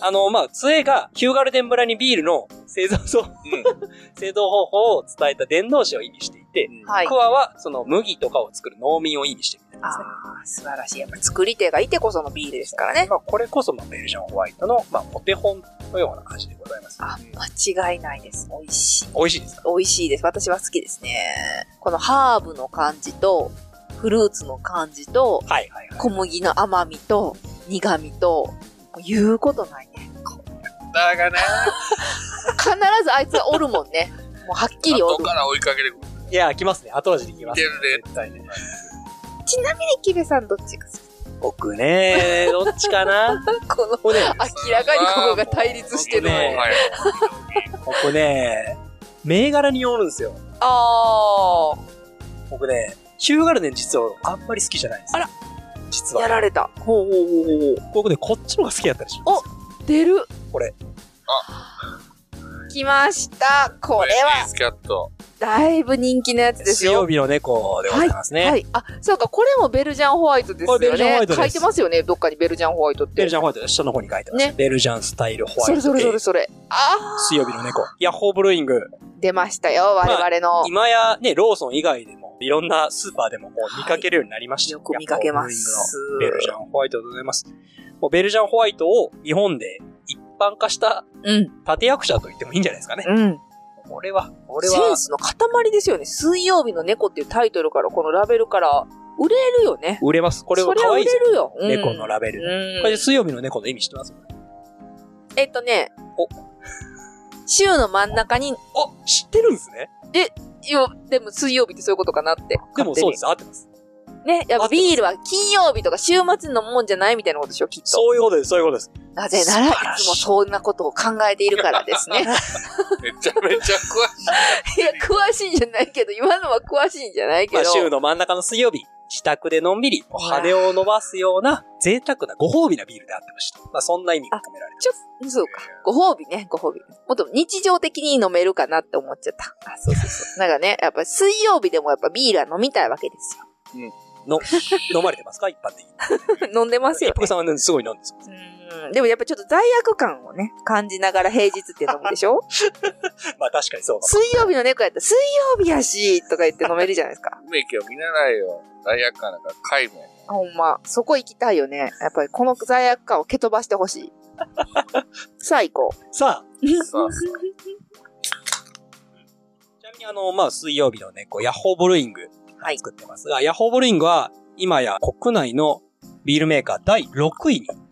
Speaker 6: あの、まあ、杖がヒューガルデン村にビールの製造そう 製造方法を伝えた伝道師を意味していて、
Speaker 8: はい
Speaker 6: ク。ワはその麦とかを作る農民を意味してるみたいな
Speaker 8: あ
Speaker 6: んですね。
Speaker 8: あ、素晴らしい。やっぱ作り手がいてこそのビールですからね。
Speaker 6: まあ、これこそ、まあ、ベルジャンホワイトの、まあ、お手本のような感じでございます。
Speaker 8: あ、間違いないです。美味しい。
Speaker 6: 美味しいですか
Speaker 8: 美味しいです。私は好きですね。このハーブの感じと、フルーツの感じと、
Speaker 6: はいはいはい。
Speaker 8: 小麦の甘みと、苦味と、もう言うことないね。
Speaker 3: だがな、
Speaker 8: 必ずあいつはおるもん ね。もうはっきりお
Speaker 3: 後
Speaker 8: る。
Speaker 3: から追いかけてくる。
Speaker 6: いや、来ますね。後味で来ます、
Speaker 3: いけるね
Speaker 6: 絶対ね。
Speaker 8: ちなみにキベさんどっちが好き
Speaker 6: 僕ね、どっちか な
Speaker 8: この、
Speaker 6: ここね、
Speaker 8: 明らかにここが対立してるの
Speaker 6: ね
Speaker 8: ね。
Speaker 3: はい。
Speaker 6: ここね、銘柄によるんですよ。
Speaker 8: あー。
Speaker 6: 僕ね、ヒューガルデン実はあんまり好きじゃないんですよ
Speaker 8: あら
Speaker 6: 実
Speaker 8: や
Speaker 6: は。
Speaker 8: られた。ほうほうほうほうほ
Speaker 6: 僕ね、こっちの方が好きだったりします。
Speaker 8: う。出る。
Speaker 6: これ。
Speaker 8: あ。来ました。これは、
Speaker 3: スキャット。
Speaker 8: だいぶ人気のやつです
Speaker 6: 水曜
Speaker 8: よ。
Speaker 6: 日の猫でございますね。
Speaker 8: はい。あ、そうか、これもベルジャンホワイトですよ
Speaker 6: これベルジャンホ
Speaker 8: ね
Speaker 6: ワイト。です
Speaker 8: 書いてますよね、どっかにベルジャンホワイトって。
Speaker 6: ベルジャンホワイト、下の方に書いてます。
Speaker 8: ね
Speaker 6: ベルジャンスタイルホワ
Speaker 8: そ
Speaker 6: イ
Speaker 8: れ
Speaker 6: ト。
Speaker 8: それそれそれ。あ
Speaker 6: 水曜日の猫。ヤッホーブルーイング。
Speaker 8: あ、出ましたよ、我々の。
Speaker 6: 今やね、ローソン以外でも、いろんなスーパーでももう見かけるようになりました。
Speaker 8: よく見かけま
Speaker 6: ヤッホーブルーイングのベ
Speaker 8: す。
Speaker 6: ルジャンホワイトでございます。もうベルジャンホワイトを日本で一般化した
Speaker 8: うん。
Speaker 6: 立役者と言ってもいいんじゃないですかね。
Speaker 8: うん。
Speaker 6: これは、これ
Speaker 8: セ
Speaker 6: は
Speaker 8: ン、スの塊ですよね。水曜日の猫っていうタイトルから、このラベルから、売れるよね。
Speaker 6: 売れます。こ
Speaker 8: こ
Speaker 6: れは可愛いですよ。
Speaker 8: 売れるよ。うん
Speaker 6: 猫のラベル。
Speaker 8: うん
Speaker 6: これ水曜日の猫の意味知ってます
Speaker 8: えっとね
Speaker 6: お、
Speaker 8: 週の真ん中に、
Speaker 6: あ、知ってるんですね。
Speaker 8: よ、でも水曜日ってそういうことかなって。。
Speaker 6: でもそうですす。合ってます。
Speaker 8: ね、
Speaker 6: 合っ
Speaker 8: やっぱ
Speaker 6: てます
Speaker 8: ビールは金曜日とか週末のもんじゃないみたいなことでしょ、きっと。
Speaker 6: そういうことです。そういうことです。
Speaker 8: なぜなら、い
Speaker 6: 素晴らしい
Speaker 8: つもそんなことを考えているからです ね。
Speaker 3: めちゃめちゃ詳しい。
Speaker 8: いや、詳しいんじゃないけど、今のは詳しいんじゃないけ
Speaker 6: ま
Speaker 8: ど。
Speaker 6: あ、週の真ん中の水曜日、自宅でのんびり、羽を伸ばすような贅沢なご褒美なビールであってました。まあ、そんな意味が込められてます
Speaker 8: ちょっと、そうか。ご褒美ね、ご褒美。もっと日常的に飲めるかなって思っちゃった。あ、そうそう そう。なんかね、やっぱ水曜日でもやっぱビールは飲みたいわけですよ。
Speaker 6: の、飲まれてますか一般的に。
Speaker 8: 飲んでますよ、
Speaker 6: 一服。
Speaker 8: ね
Speaker 6: さんはすごい飲んでます。
Speaker 8: うんでもやっぱちょっと罪悪感をね、感じながら平日って飲むでし ょ
Speaker 6: まあ、確かにそうかも。
Speaker 8: 水曜日の猫やったら、水曜日やし、とか言って飲めるじゃないですか。
Speaker 3: 梅木を見習えよ。大悪感なんか皆無やね。
Speaker 8: ほんま、そこ行きたいよね。やっぱりこの罪悪感を蹴飛ばして ほしい。さあ行こう。
Speaker 6: さあ、
Speaker 3: さあ、
Speaker 6: ちなみにあの、まあ、水曜日のね、こう、ヤッホーブルーイング
Speaker 8: はい
Speaker 6: 作ってますが、ヤッホーブルーイングは、今や国内のビールメーカー第6位に、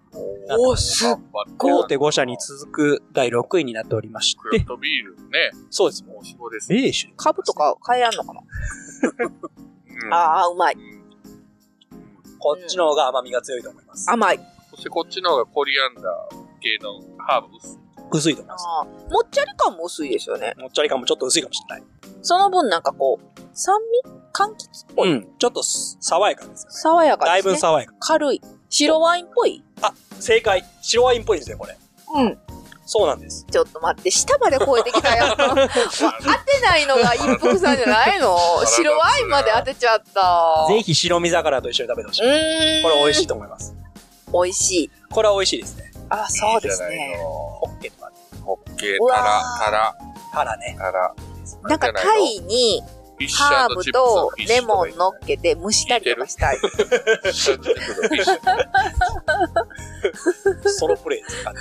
Speaker 8: おー、すっ
Speaker 6: 5.5社に続く第6位になっておりまし
Speaker 3: クラ
Speaker 6: て
Speaker 3: フ、トビールのね、
Speaker 6: そうです。
Speaker 3: もう死亡です。
Speaker 6: 米酒で
Speaker 8: 株とか買えやんのかな、
Speaker 3: うん
Speaker 8: ああ、うまい。
Speaker 3: うん
Speaker 6: こっちの方が甘みが強いと思います。
Speaker 8: 甘い。
Speaker 3: そしてこっちの方がコリアンダー系のハーブ薄い。
Speaker 6: 薄いと思います。
Speaker 8: あーもっちゃり感も薄いですよね。
Speaker 6: もっちゃり感もちょっと薄いかもしれない。
Speaker 8: その分なんかこう、酸味柑橘っぽい。
Speaker 6: うん。ちょっとす爽やかですよね。
Speaker 8: 爽やか
Speaker 6: だい
Speaker 8: です、ね。
Speaker 6: ぶ爽やか。
Speaker 8: 軽い。白ワインっぽい。
Speaker 6: 正解。白ワインっぽいんですよ、これ。
Speaker 8: うん。
Speaker 6: そうなんです。
Speaker 8: ちょっと待って、下まで超えてき たよ。当てないのが一服さんじゃない の白ワインまで当てちゃった。
Speaker 6: ぜひ白身魚と一緒に食べてほしい。
Speaker 8: う
Speaker 6: こ
Speaker 8: ーん。
Speaker 6: れ美味しい
Speaker 8: い。
Speaker 6: と思います。
Speaker 8: 美味しい。
Speaker 6: これは美味しいですね。
Speaker 8: あ、そうです
Speaker 3: いいじゃない
Speaker 8: ね。
Speaker 6: ホッケとかね。
Speaker 3: ホッケ、
Speaker 8: う
Speaker 3: タ
Speaker 8: わ
Speaker 3: ラ、タラ、
Speaker 6: タラね。
Speaker 3: タラ。
Speaker 8: なんかタイに
Speaker 3: フィッシャ
Speaker 8: ハー
Speaker 3: ー
Speaker 8: ブ
Speaker 3: チップス
Speaker 8: と
Speaker 3: フィッシ
Speaker 8: レ
Speaker 3: ュと
Speaker 8: モ
Speaker 3: か
Speaker 8: ン乗っけて蒸したりとかしたい。
Speaker 3: フィッシャーチップスフィッシュ
Speaker 6: ソロプレイですかね。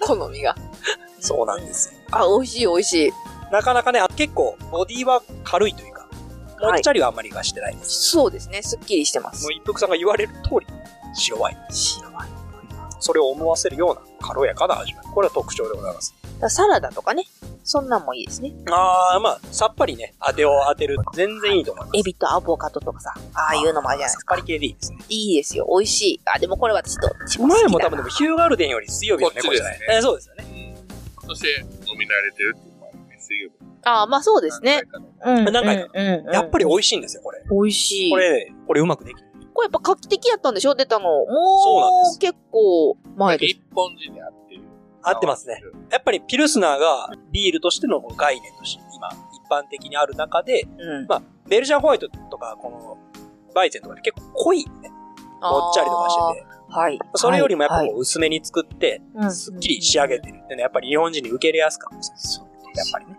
Speaker 8: 好みが。
Speaker 6: そうなんですよ。
Speaker 8: あ、美味しい美味しい。
Speaker 6: なかなかね、あ結構、ボディは軽いというか、もっちゃりはあんまりがしてないです。
Speaker 8: そうですね。すっきりしてます
Speaker 6: もう。一服さんが言われる通り、白ワイン。
Speaker 8: 白ワイン。
Speaker 6: それを思わせるような軽やかな味わい。これは特徴でございます。
Speaker 8: だからサラダとかね。そんなんもいいですね。
Speaker 6: あー、まあ、さっぱりね、当てを当てる。全然いいと思います。
Speaker 8: エビとアボカドとかさ。ああいうのもあるじゃないです
Speaker 6: さっ
Speaker 8: か。
Speaker 6: ぱり系でいいですね。
Speaker 8: いいですよ。美味しい。あ、でもこれ私どっちも好き
Speaker 6: 前
Speaker 8: だな。
Speaker 6: も多分でもヒューガルデンより水曜日の猫じゃない。
Speaker 3: こっちですね
Speaker 6: えそうですよね。
Speaker 3: そして飲み慣れてるっていうのもあるね水曜日
Speaker 8: ああ、まあそうですね。。うん。
Speaker 6: なんか
Speaker 8: うん
Speaker 6: やっぱり
Speaker 8: 美
Speaker 6: 美味しいんですよ、これ。
Speaker 8: 味しい。
Speaker 6: こ
Speaker 8: これ、
Speaker 6: れ、これうまくできる。
Speaker 8: やっぱ画期的やったんでしょ出たの。
Speaker 6: そうなん
Speaker 8: も
Speaker 6: です
Speaker 8: う、結構前です。
Speaker 3: 日本人に合ってる。
Speaker 6: 合ってますね。。やっぱりピルスナーがビールとしての概念として今、一般的にある中で、
Speaker 8: うん。
Speaker 6: ベルジャンホワイトとか、この、バイゼンとかって結構濃いね。もっちゃりとかしてて。
Speaker 8: あー。はい。
Speaker 6: それよりもやっぱ
Speaker 8: はい
Speaker 6: こう薄めに作って、
Speaker 8: はい
Speaker 6: すっきり仕上げてるってね、やっぱり日本人に受け入れやすかったですよ。やっぱりね。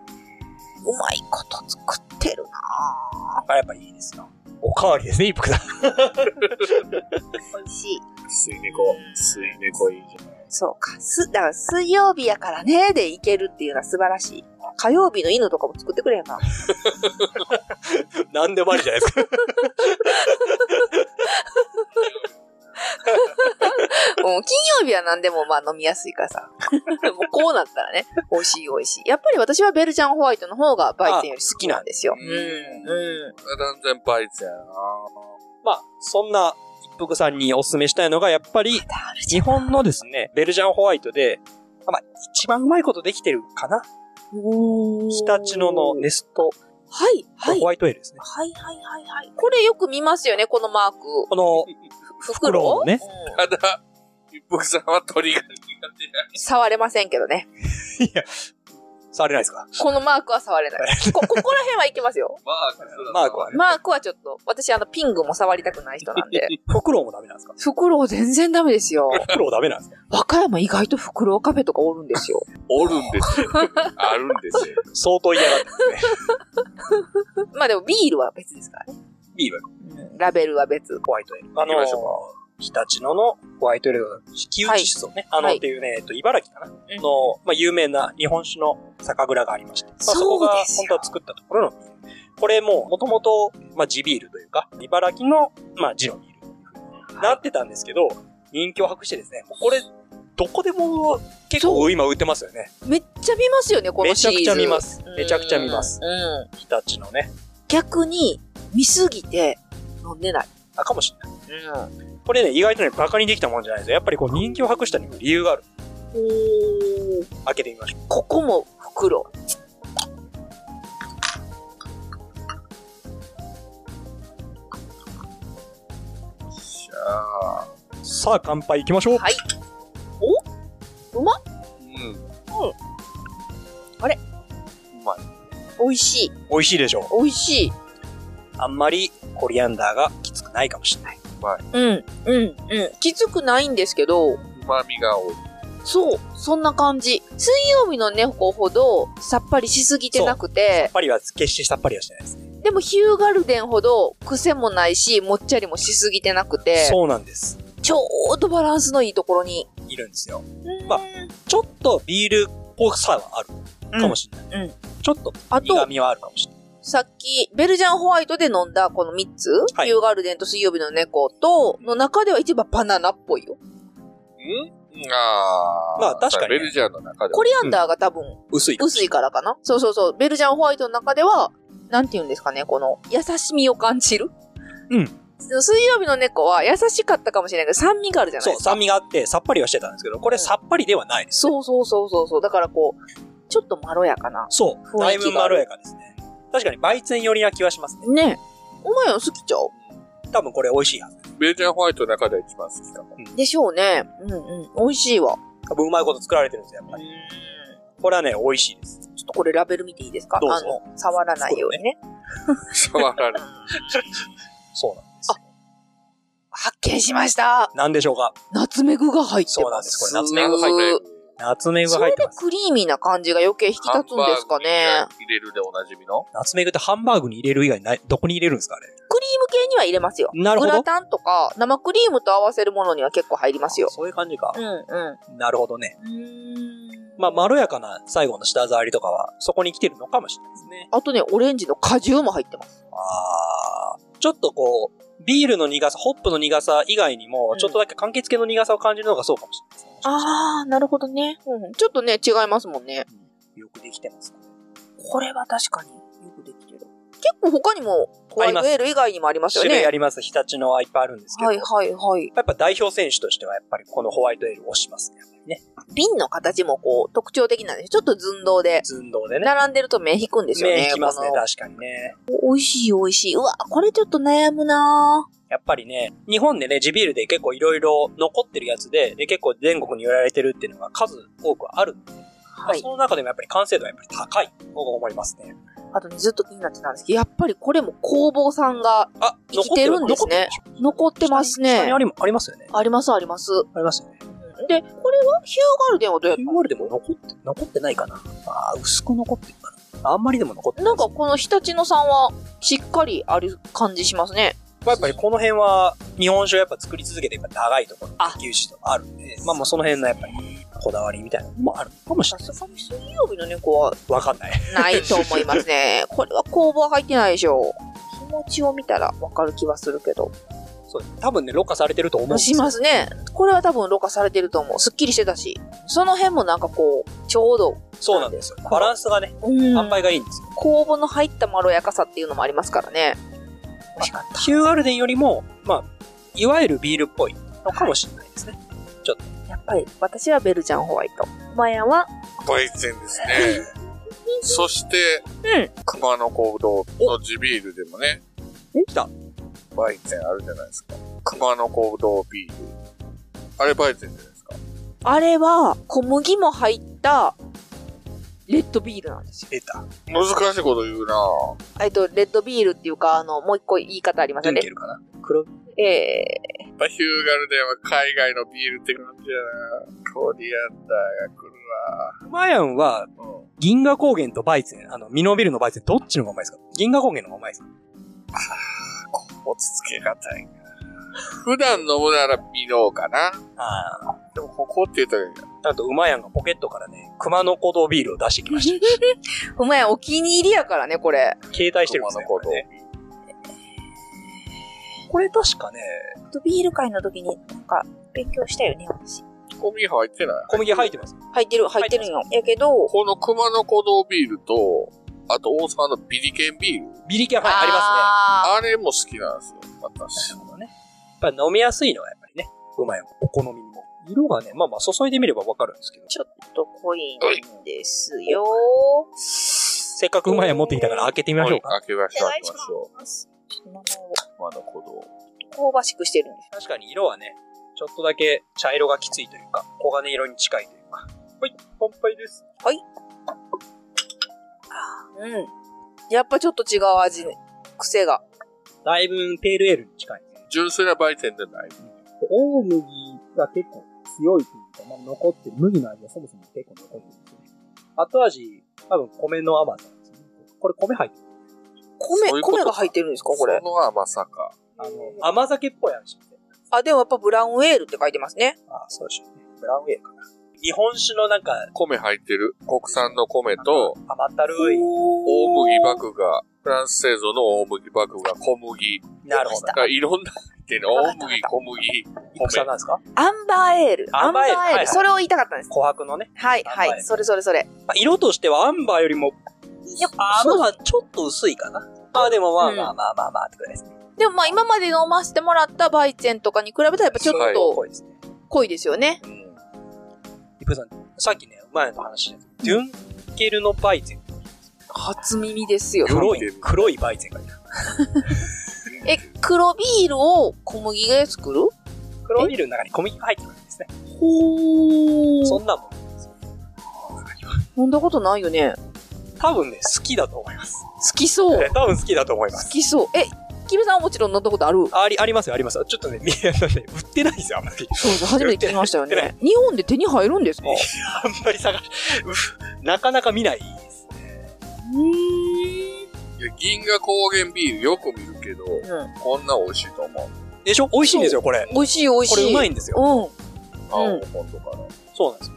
Speaker 8: うまいこと作ってるな
Speaker 6: あやっぱりいいですよ。おかわりですね、一服だ。
Speaker 8: 美味しい。
Speaker 3: 水猫、水猫いいじゃない。
Speaker 8: そうか。す、だから水曜日やからね、でいけるっていうのは素晴らしい。火曜日の犬とかも作ってくれへんか な。
Speaker 6: なんでもありじゃないですか。
Speaker 8: うん、金曜日は何でもまあ飲みやすいからさ。 もうこうなったらね、美味しい美味しい。やっぱり私はベルジャンホワイトの方がバイセンより好きなんですよ。
Speaker 3: あ
Speaker 8: う
Speaker 3: 好
Speaker 8: ん、
Speaker 3: きなんだ
Speaker 8: うん。
Speaker 3: 断然バイツやな。
Speaker 6: まあ、そんな一服さんにお勧めしたいのが、やっぱり、日本のですね、ベルジャンホワイトで、まあ、一番うまいことできてるかな。
Speaker 8: お
Speaker 6: 日立野のネスト
Speaker 8: はい、はい
Speaker 6: ホ。ワイトエールですね。
Speaker 8: はいはいはいはい。これよく見ますよね、このマーク。
Speaker 6: この、
Speaker 8: ふ
Speaker 6: 袋をね
Speaker 8: うん
Speaker 3: ただ、一服さんは鳥が苦手だ。
Speaker 8: 触れませんけどね。
Speaker 6: 触れないですか
Speaker 8: このマークは触 れない。こ、ここら辺はいけますよ。
Speaker 3: マークすら
Speaker 6: マークはね。
Speaker 8: マークはちょっと、私あの、ピングも触りたくない人な んで。
Speaker 6: フクロウもダメなんですか
Speaker 8: フクロウ全然ダメですよ。
Speaker 6: フクロウダメなんですか
Speaker 8: 和歌山意外とフクロウカフェとかおるんですよ。
Speaker 3: おるんですよ。あるんですよ。
Speaker 6: 相当嫌がってますね。
Speaker 8: まあでもビールは別ですからね。
Speaker 6: ビールは
Speaker 8: うんラベルは別。
Speaker 6: ホワイトエール。あの
Speaker 3: 行きまし
Speaker 6: ー、日立野のホワイトエールが、木内酒造ね。あの、
Speaker 8: はい
Speaker 6: っていうね、えっと、茨城かなの、まあ、有名な日本酒の酒蔵がありまして、まあ、そこが
Speaker 8: そうです
Speaker 6: 本
Speaker 8: よ
Speaker 6: 当は作ったところのビール。これも、もともと、まあ、地ビールというか、茨城の、まあ、地のビールというふうになってたんですけど、人気を博してですね、もうこれ、どこでも結構今売ってますよね。
Speaker 8: めっちゃ見ますよね、この
Speaker 6: めち
Speaker 8: シ
Speaker 6: ゃ
Speaker 8: リー
Speaker 6: く
Speaker 8: ズ。
Speaker 6: ちゃ見ます
Speaker 8: う。ん
Speaker 6: めちゃくちゃ見ます。
Speaker 8: うん。
Speaker 6: 日立のね。
Speaker 8: 逆に、見すぎて、飲んでない。
Speaker 6: あ、かもしれない。
Speaker 8: うん。
Speaker 6: これね、意外とね、バカにできたもんじゃないですよ。やっぱりこう、人気を博したにも理由がある。
Speaker 8: おー
Speaker 6: 開けてみましょう。
Speaker 8: ここもフクロウ。
Speaker 3: じゃあ、
Speaker 6: さあ、乾杯行きましょう。
Speaker 8: はいおうまっ
Speaker 3: うん。
Speaker 8: あれ
Speaker 3: うまい。
Speaker 8: 美味しい。
Speaker 6: 美味しいでしょう。
Speaker 8: 美味しい。
Speaker 6: あんまりコリアンダーがきつくないかもしれない。
Speaker 8: うん。うん。うん。きつくないんですけど、
Speaker 3: 旨味が多い。
Speaker 8: そう、そんな感じ。水曜日の猫ほどさっぱりしすぎてなく
Speaker 6: さ
Speaker 8: て
Speaker 6: っ、ぱりは、決してさっぱりはしてないですね。
Speaker 8: でもヒューガルデンほど癖もないし、もっちゃりもしすぎてなくて、
Speaker 6: そうなんです。
Speaker 8: ちょうどバランスのいいところに。
Speaker 6: いるんですよ。まあちょっとビールっぽさはあるかもしれない。
Speaker 8: うん
Speaker 6: ちょっと
Speaker 8: あ
Speaker 6: 苦
Speaker 8: と、
Speaker 6: 味はあるかもしれない。
Speaker 8: さっき、ベルジャンホワイトで飲んだこの3つ、
Speaker 6: はい
Speaker 8: ヒューガルデンと水曜日の猫と、の中では一番バナナっぽいよ。
Speaker 3: んあー
Speaker 6: まあ確かにね
Speaker 3: ベルジャーの中で
Speaker 8: コリアンダーが多分
Speaker 6: 薄いかもし
Speaker 8: 薄いからかな。そうそうそう。ベルジャンホワイトの中では、なんて言うんですかね、この、優しみを感じる。
Speaker 6: うん
Speaker 8: 水曜日の猫は優しかったかもしれないけど、酸味があるじゃ
Speaker 6: れ
Speaker 8: な
Speaker 6: ないい。そ
Speaker 8: で
Speaker 6: う、
Speaker 8: すか。
Speaker 6: 酸味があって、さっぱりはしてたんですけど、これさっぱりではないです。
Speaker 8: そうそうそうそうそう。だからこう、ちょっとまろやかな。
Speaker 6: そう、だ
Speaker 8: 雰
Speaker 6: い
Speaker 8: 囲気が
Speaker 6: ぶま
Speaker 8: ある
Speaker 6: ろやかですね。確かに、バイツェン寄りな気はしますね。
Speaker 8: ねえ。お前は好きちゃう
Speaker 6: 多分これ美味しいはず。
Speaker 3: ベルジャーホワイトの中では一番好きかも。
Speaker 8: でしょうね。うんうん。美味しいわ。
Speaker 6: 多分うまいこと作られてるんですよ、やっぱり。これはね、美味しいです。
Speaker 8: ちょっとこれラベル見ていいですか
Speaker 6: どうぞ
Speaker 8: あの、触らないようにね。
Speaker 3: 触られる。
Speaker 6: そうなんですよ。
Speaker 8: 発見しました
Speaker 6: なんでしょうか
Speaker 8: ナツメグが入ってます。
Speaker 6: そうなんですこれナツ
Speaker 3: メグ入ってる
Speaker 6: ナツメグが
Speaker 8: そ
Speaker 6: 入っ
Speaker 8: れ
Speaker 6: て
Speaker 8: で
Speaker 6: ます。
Speaker 8: クリーミーな感じが余計引き立つんですかね
Speaker 3: ハン。バーグに入れるでおなじみの
Speaker 6: ナツメグってハンバーグに入れる以外ない、どこに入れるんですか、あれ。
Speaker 8: クリーム系には入れますよ。
Speaker 6: なるほ
Speaker 8: グ
Speaker 6: ど
Speaker 8: ラタンとか生クリームと合わせるものには結構入りますよ
Speaker 6: あ。そういう感じか
Speaker 8: う。んう
Speaker 6: なるほどね。
Speaker 8: ん。
Speaker 6: まあ、まろやかな最後の舌触りとかは、そこに来てるのかもしれないですね。
Speaker 8: あとね、オレンジの果汁も入ってます。
Speaker 6: あーちょっとこう、ビールの苦さ、ホップの苦さ以外にも
Speaker 8: う、ん
Speaker 6: ちょっとだけ柑橘系の苦さを感じるのがそうかもしれないですね。
Speaker 8: あー、なるほどね。うん、ちょっとね、違いますもんね。
Speaker 6: よくできてますね。
Speaker 8: これは確かによくできてる。結構他にも、ホワイトエール以外にもありますよ
Speaker 6: 種類
Speaker 8: ね。
Speaker 6: あります。日立のはいっぱいあるんですけど。
Speaker 8: はいはいはい。
Speaker 6: やっぱ代表選手としては、やっぱりこのホワイトエールを推しますね。やっぱりね。
Speaker 8: 瓶の形もこう、特徴的なんです。ちょっと寸胴で。
Speaker 6: 寸胴でね。
Speaker 8: 並んでると目引くんですよね。
Speaker 6: 目引きますね、
Speaker 8: この
Speaker 6: 確かにね。
Speaker 8: 美味しい美味しい。うわ、これちょっと悩むなぁ
Speaker 6: やっぱりね、日本でね、地ビールで結構いろいろ残ってるやつで、で結構全国に売られてるっていうのが数多くあるんで、ま
Speaker 8: は
Speaker 6: あその中でもやっぱり完成度はやっぱり高いと思いますね。
Speaker 8: あとね、ずっと気になってたんですけど、やっぱりこれも工房さんが
Speaker 6: あ、
Speaker 8: 生きてるんですね
Speaker 6: 残ってるでしょ
Speaker 8: 残ってます
Speaker 6: 下に
Speaker 8: ね
Speaker 6: あ。りもありますよね。
Speaker 8: ありますあります。うん
Speaker 6: ありますよね。
Speaker 8: で、これはヒューガルデンはどうやっ
Speaker 6: 9割でも残って、残ってないかな。あー薄く残ってるかな。あんまりでも残って
Speaker 8: た
Speaker 6: ない
Speaker 8: なんかこの日立のさんはしっかりある感じしますね。
Speaker 6: まあやっぱりこの辺は、日本酒をやっぱ作り続けていく長いところ、牛酒とあるんで、まあもうその辺のやっぱり、こだわりみたいなのもあるかもしれ
Speaker 8: さ
Speaker 6: ない
Speaker 8: す
Speaker 6: です
Speaker 8: が。に水曜日の猫は
Speaker 6: わかんない。
Speaker 8: ないと思います ね。これは工房入ってないでしょう。気持ちを見たらわかる気はするけど。
Speaker 6: そう多分ね、ろ過されてると思うんです
Speaker 8: し
Speaker 6: よ
Speaker 8: ますね。これは多分ろ過されてると思う。すっきりしてたし。その辺もなんかこう、ちょうど。
Speaker 6: そうなんですよ。バランスがね、
Speaker 8: うん
Speaker 6: 販売がいいんですよ。
Speaker 8: 酵母の入ったまろやかさっていうのもありますからね。美味しかった。
Speaker 6: ヒューガルデンよりも、まあ、いわゆるビールっぽいのかもしれないですね。
Speaker 8: やっぱり私はベルジャンホワイト。マヤは
Speaker 3: バイツェンですね。 そして、
Speaker 8: うん
Speaker 3: 熊の行動の地ビールでもね、
Speaker 6: 来た。
Speaker 3: バイゼンあるじゃないですか。熊の行動ビール。あれバイゼンじゃないですか。
Speaker 8: あれは、小麦も入った、レッドビールなんですよ。
Speaker 6: 出た。
Speaker 3: 難しいこと言うなぁ。
Speaker 8: えっと、レッドビールっていうか、あの、もう一個言い方あります
Speaker 6: ドゥン
Speaker 8: よね
Speaker 6: ケ。ルかな。黒、
Speaker 8: え
Speaker 3: やっぱヒューガルデンは海外のビールって感じやなコリアンダーが来る
Speaker 6: マヤンは、
Speaker 3: わ。うん。
Speaker 6: 銀河高原とバイゼン、あの、ミノビルのバイゼン、どっちの方がうまいですか銀河高原の方がうまいですか
Speaker 3: 落ち着けがたいな普段飲むならミノーかな。
Speaker 6: ああ。
Speaker 3: でもここって言ったらいいんだ
Speaker 6: なんと、馬やんがポケットからね、熊の鼓動ビールを出してきました。
Speaker 8: ー、お前お気に入りやからね、これ。
Speaker 6: 携帯してるんですよ、こ
Speaker 3: 熊の鼓動
Speaker 6: れね。これ確かね、
Speaker 8: レッドビール会の時に、なんか、勉強したよね、私。
Speaker 3: 小麦入ってない。
Speaker 6: 小麦入ってます。
Speaker 8: 入ってる、入ってるんよ。やけど、
Speaker 3: この熊の鼓動ビールと、あと大阪のビリケンビール。
Speaker 6: ビリケン、はい、ありま
Speaker 8: あ
Speaker 3: あれも好きなんですよ、私
Speaker 6: す。ね。なるほどね。やっぱ飲みやすいのはやっぱりね、馬やん、お好みにも。色がね、まあまあ注いでみればわかるんですけど、
Speaker 8: ちょっと濃いんですよ。
Speaker 6: せっかく馬やん持ってきたから開けてみましょうか。
Speaker 3: 開けましょう、開けましょ
Speaker 8: お願いします。ちょっと名前を
Speaker 3: う。熊の鼓動。
Speaker 8: 香ばしくしてるんで
Speaker 6: 確
Speaker 8: す。
Speaker 6: かに色はね、ちょっとだけ茶色がきついというか、黄金色に近いというか。はい、乾杯です。
Speaker 8: うん。やっぱちょっと違う味ね。癖が。
Speaker 6: だいぶペールエールに近い。
Speaker 3: 純粋な売店でない。
Speaker 6: 大麦が結構強いというか、まあ、残ってる、麦の味がそもそも結構残ってるんですよね。後味、多分米の甘さなんですね。これ米入ってる。
Speaker 8: 米、
Speaker 3: そういうこと
Speaker 8: 米が入ってるんですかこれ
Speaker 3: そ。の甘さか。
Speaker 6: あの、甘酒っぽい味して。
Speaker 8: あ、でもやっぱブラウンエールって書いてますね。
Speaker 6: ああ、そうでしょうね。ブラウンウェイかな。日本酒のなんか、
Speaker 3: 米入ってる。国産の米と、
Speaker 6: 甘ったるい。
Speaker 3: 大麦麦が、フランス製造の大麦麦が、小麦。
Speaker 6: なるほど。
Speaker 3: がいろんな入ってるの。大麦、小麦、
Speaker 6: 国産なんですか
Speaker 8: アンバーエール。
Speaker 6: アンバーエールはいはい
Speaker 8: それを言いたかったんです。
Speaker 6: 琥珀のね。
Speaker 8: はい、
Speaker 6: アンバー
Speaker 8: は
Speaker 6: エール
Speaker 8: い。それそれそれ。
Speaker 6: まあ、色としてはアンバーよりも、いや、アンバーはちょっと薄いかな。まあでもまあ
Speaker 8: うん
Speaker 6: まあまあまあまあってくらいですね。
Speaker 8: でもまあ今まで飲ませてもらったバイチェンとかに比べたらやっぱちょっと
Speaker 6: 濃いですね。
Speaker 8: 濃いですよね。
Speaker 3: うん
Speaker 6: イプさん、さっきね、前の話で、デュンケルのバイゼン。
Speaker 8: 初耳ですよ。
Speaker 6: 黒
Speaker 3: デュン
Speaker 6: い
Speaker 3: ケル、
Speaker 6: 黒いバイゼンがいる。
Speaker 8: え、黒ビールを小麦で作る
Speaker 6: 黒ビールの中に小麦が入ってくるんですね。
Speaker 8: ほ
Speaker 6: そ
Speaker 8: ー。
Speaker 6: んなもん。
Speaker 8: 飲んだことないよね。
Speaker 6: 多分ね、好きだと思います。
Speaker 8: 好きそう。
Speaker 6: 多分好きだと思いま
Speaker 8: 好
Speaker 6: す。
Speaker 8: きそう。え、キムさんはもちろん飲んだことある
Speaker 6: あり、ありますよ、ありますよ。ちょっとね、みあのね売ってないんですよ、あんまり。
Speaker 8: そうです。初めて聞きましたよ
Speaker 6: 売ってな
Speaker 8: ね。日本で手に入るんですか
Speaker 6: あんまり探し、うふなかなか見ないですね。
Speaker 3: いや銀河高原ビールよく見るけど、
Speaker 8: うん。
Speaker 3: こんな美味しいと思う。
Speaker 6: でしょ美味しいんですよ、これ。
Speaker 8: 美味しい美味しい。
Speaker 6: これうま
Speaker 8: い。
Speaker 6: いんですよ。
Speaker 8: うん。
Speaker 3: 青本とかの。
Speaker 6: そうなんですよ。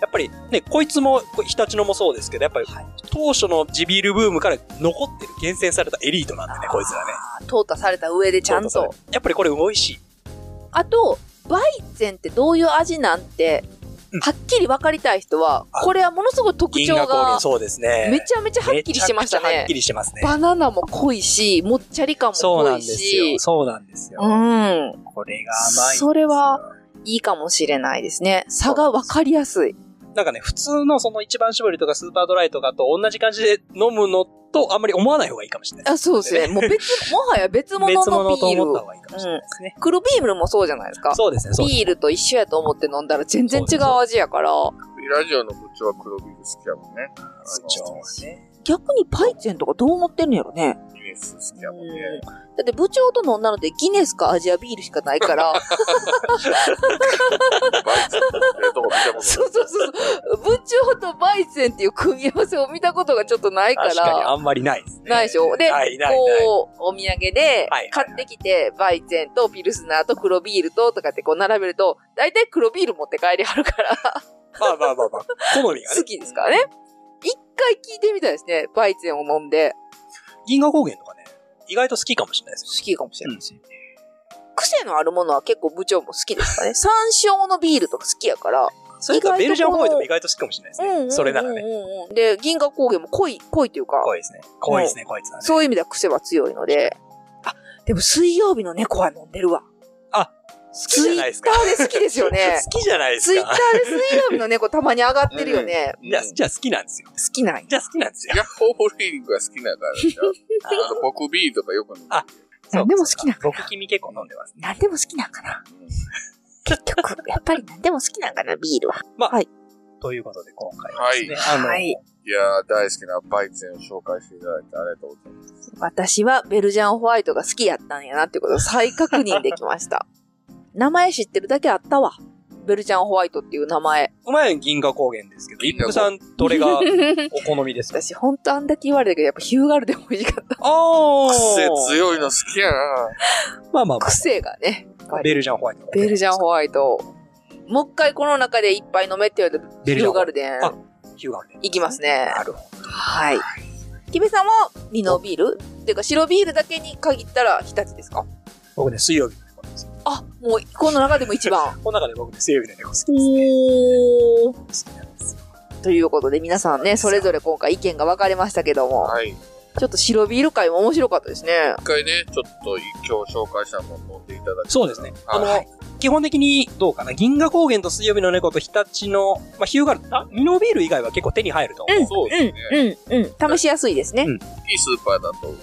Speaker 6: やっぱりね、こいつも、こ日立のもそうですけど、やっぱり、当初の地ビールブームから残ってる、厳選されたエリートなんでね、こいつらね。
Speaker 8: あ淘汰された上でちゃん
Speaker 6: 淘汰され
Speaker 8: と
Speaker 6: て。。やっぱりこれ美味しい。
Speaker 8: あと、バイゼンってどういう味なんて
Speaker 6: うん、
Speaker 8: はっきり分かりたい人は、
Speaker 6: あ
Speaker 8: これはものすごい特
Speaker 6: 銀
Speaker 8: 徴
Speaker 6: 河高
Speaker 8: が
Speaker 6: 原、、そうですね。
Speaker 8: めちゃめちゃはっきりしてました
Speaker 6: めちゃくちゃはっ
Speaker 8: ね
Speaker 6: き。りしてますね。
Speaker 8: バナナも濃いし、もっちゃり感も
Speaker 6: そうな
Speaker 8: 濃
Speaker 6: ん
Speaker 8: い
Speaker 6: です
Speaker 8: し
Speaker 6: よ。。そうなんですよ。
Speaker 8: うん。
Speaker 6: これが甘いんですよ。
Speaker 8: それはいいかもしれないですね。差が分かりやすい。
Speaker 6: なんかね、普通のその一番搾りとかスーパードライとかと同じ感じで飲むのとあんまり思わない方がいいかもしれない。
Speaker 8: あ、そうですね。もう別、もはや別 物
Speaker 6: 別物
Speaker 8: の
Speaker 6: と
Speaker 8: ビー
Speaker 6: 思った
Speaker 8: ル
Speaker 6: 方。がいいかもしれないですね。
Speaker 8: 黒ビールもそうじゃないですか。
Speaker 6: そうですね、そうですね。
Speaker 8: ビールと一緒やと思って飲んだら全然違う味やから、
Speaker 3: ラジオの部長は黒ビール好きやもんね。
Speaker 6: そうですね。
Speaker 8: 逆にパイチェンとかどう思ってんのやろね。
Speaker 3: あのギネス好きやもんね。
Speaker 8: だって部長と飲んだのでギネスかアジアビールしかな いから、
Speaker 3: バイツってとこ見た こと
Speaker 8: そうそうそうそう、部長とバイセンっていう組み合わせを見たことがちょっとないか
Speaker 6: 確かに
Speaker 8: ら、
Speaker 6: あんまりないですね。
Speaker 8: ないでしょで
Speaker 6: ないないない。
Speaker 8: こう、お土産で
Speaker 6: はい
Speaker 8: 買ってきて、バイセンとピルスナーと黒ビールととかってこう並べると、大体黒ビール持って帰りはるから、
Speaker 6: まあまあまあまあ、好みがね
Speaker 8: 好。きですからね。一回聞いてみたいですね、バイセンを飲んで。
Speaker 6: 銀河高原とかね、意外と好きかもしれないですよ。
Speaker 8: 好きかもしれないですね。癖のあるものは結構部長も好きです からね。山椒のビールとか好きやから。
Speaker 6: それかベルジャンホワイトも
Speaker 8: 意
Speaker 6: 意外と好きかもしれないです
Speaker 8: うんうんうんう
Speaker 6: ね。
Speaker 8: ん
Speaker 6: それならね。
Speaker 8: うんうんで、銀河高原も濃い、濃いというか、
Speaker 6: 怖いですね。怖いですね、こいつはね。
Speaker 8: そういう意味では癖は強いので。あ、でも水曜日の猫は飲んでるわ。
Speaker 6: 好き
Speaker 8: ツ
Speaker 6: じ
Speaker 8: イ
Speaker 6: ゃ
Speaker 8: ッ
Speaker 6: ないで
Speaker 8: タ
Speaker 6: すか。。
Speaker 8: ーで好きですよね
Speaker 6: 好きじゃないです
Speaker 8: ツイッタ
Speaker 6: か。
Speaker 8: ーで水曜日の猫たまに上がってるよね。
Speaker 6: じゃあ、じゃあ好きなんですよ。
Speaker 8: 好きなんや。
Speaker 6: じゃあ好きなんですよ。
Speaker 3: ヤッホーホールリングが好きだからじゃあ、僕ビールとかよく飲む。
Speaker 6: あ
Speaker 8: 何でも好きなんかな
Speaker 6: 僕君結構飲んでます。
Speaker 8: 何でも好きなんかな。結局、やっぱり何でも好きなんかな、ビールは。
Speaker 6: ということで、今回はですね、あの、
Speaker 8: はい。
Speaker 3: いやー、大好きなバイゼンを紹介していただいてありがとうございます。
Speaker 8: 私はベルジャンホワイトが好きやったんやなっていうことを再確認できました。名前知ってるだけあったわ。ベルジャンホワイトっていう名前。
Speaker 6: うまい銀河高原ですけど、一
Speaker 3: 銀河
Speaker 6: 服
Speaker 3: 高
Speaker 6: さん、どれがお好みですか
Speaker 8: 私ほんとあんだけ言われたけど、やっぱヒューガルでも美味しかった。
Speaker 6: あ
Speaker 3: 癖強いの好きやな
Speaker 6: まあまあ、
Speaker 8: 癖がね。やっぱり
Speaker 6: ベルジャンホワイト。
Speaker 8: ベルジャンホワイト。もう一回この中で一杯飲めって言われたら、ヒ
Speaker 6: ベルジャ
Speaker 8: ュ
Speaker 6: ン
Speaker 8: ーガルデン
Speaker 6: あヒューガンで。
Speaker 8: いきますね。
Speaker 6: なるほ
Speaker 8: はい。キベさんもリノビールっていうか白ビールだけに限ったら日立ですか
Speaker 6: ど。僕ね、水曜日の猫なんですよ。
Speaker 8: あ、もうこの中でも一 番。
Speaker 6: この中で僕ね、水曜日の猫好きです。
Speaker 8: お
Speaker 6: 好
Speaker 8: ー。
Speaker 6: きなんですよ。
Speaker 8: ということで皆さんね、それぞれ今回意見が分かれましたけども、
Speaker 3: はい。
Speaker 8: ちょっと白ビール会も面白かったですね。
Speaker 3: 一回ね、ちょっと今日紹介したものを飲んでいただき
Speaker 6: そうですね。あ
Speaker 3: は
Speaker 6: の、基本的にどうかな。銀河高原と水曜日の猫と日立の、まあ、ヒューガル、あ、ミノビール以外は結構手に入ると思う。
Speaker 3: そうですね。
Speaker 8: うん、うん、試しやすいですね。
Speaker 3: いいスーパーだと、行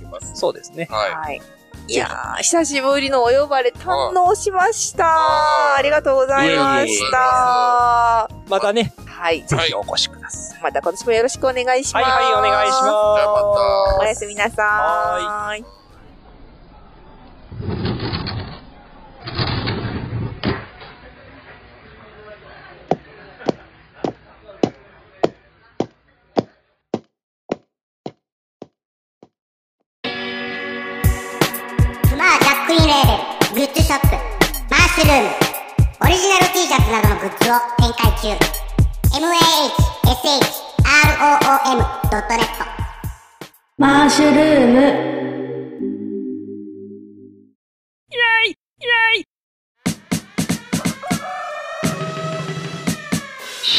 Speaker 3: きます。
Speaker 6: そうですね。
Speaker 3: はい。
Speaker 8: はい。いやー、久しぶりのお呼ばれ堪能しました。
Speaker 3: あー
Speaker 8: ありがとうございました。は
Speaker 6: またね、
Speaker 8: い。
Speaker 6: ぜひお越しください。
Speaker 8: また今年もよろしくお願いしま
Speaker 6: はい
Speaker 8: す。
Speaker 6: はい、お願いします。
Speaker 3: じゃあまた
Speaker 8: おやすみなさ
Speaker 6: は
Speaker 8: ーい。
Speaker 4: スマージャックインレーベル、グッズショップ、マッシュルーム、オリジナル T シャツなどのグッズを展開中。mahshroom.net
Speaker 9: マッシュルーム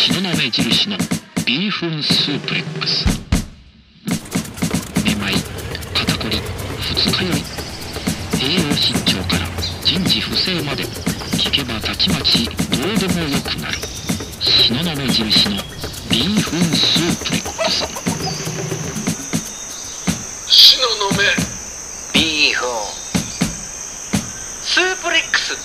Speaker 10: 白鍋印のビーフンスープレックスめまい肩こり二日酔い栄養失調から人事不正まで聞けばたちまちどうでもよくなる白鍋印のビーフンスープレックス白鍋ビーフンスープレックス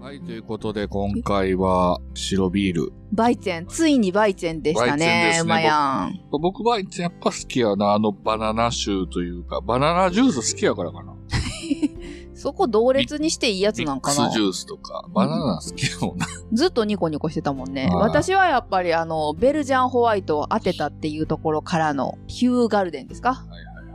Speaker 7: はい、ということで、今回は白ビール。
Speaker 11: バイチェン、ついにバイチェンでした
Speaker 3: バイチェンで
Speaker 11: ね
Speaker 3: す、ね
Speaker 11: うまやん。
Speaker 7: 僕はやっぱ好きやな、あのバナナシューというか、バナナジュース好きやからかな。
Speaker 11: そこ同列にしていいやつ
Speaker 7: ミ
Speaker 11: なん
Speaker 7: ック
Speaker 11: か
Speaker 7: ス
Speaker 11: な
Speaker 7: ジュースとか、バナナ好きやもんな。
Speaker 11: ずっとニコニコしてたもんね。
Speaker 7: あー
Speaker 11: 私はやっぱりあの、ベルジャンホワイトを当てたっていうところからのヒューガルデンですか、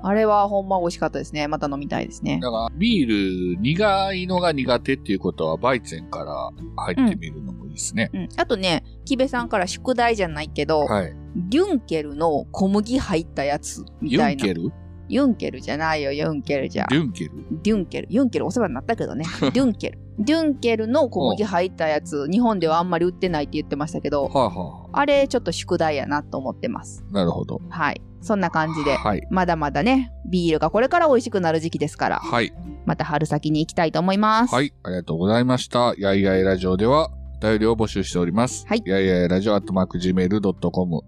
Speaker 11: あれはほんま美味しかったですね。また飲みたいですね。
Speaker 7: だから、ビール苦いのが苦手っていうことは、バイチェンから入ってみるのもいいですね。
Speaker 11: うん、あとね、木部さんから宿題じゃないけど、
Speaker 7: はい。
Speaker 11: リュンケルの小麦入ったやつみ
Speaker 7: ユ
Speaker 11: た
Speaker 7: ン
Speaker 11: いな。
Speaker 7: ケルリ
Speaker 11: ユンケルじゃないよ、ユンケルじゃ。
Speaker 7: ュンケル
Speaker 11: デュンケル。ユンケルお世話になったけ どね。デュンケル。デュンケルの小麦入ったやつ、日本ではあんまり売ってないって言ってましたけど、
Speaker 7: はいは
Speaker 11: あれちょっと宿題やなと思ってます。
Speaker 7: い。なるほど。
Speaker 11: はい。そんな感じで、
Speaker 7: はい。
Speaker 11: まだまだね、ビールがこれから美味しくなる時期ですから、
Speaker 7: はい。
Speaker 11: また春先に行きたいと思います。
Speaker 7: はい。ありがとうございました。やいやいラジオでは、お便りを募集しております。
Speaker 11: はい
Speaker 7: やいやいラジオ、アットマーク、gmail.com。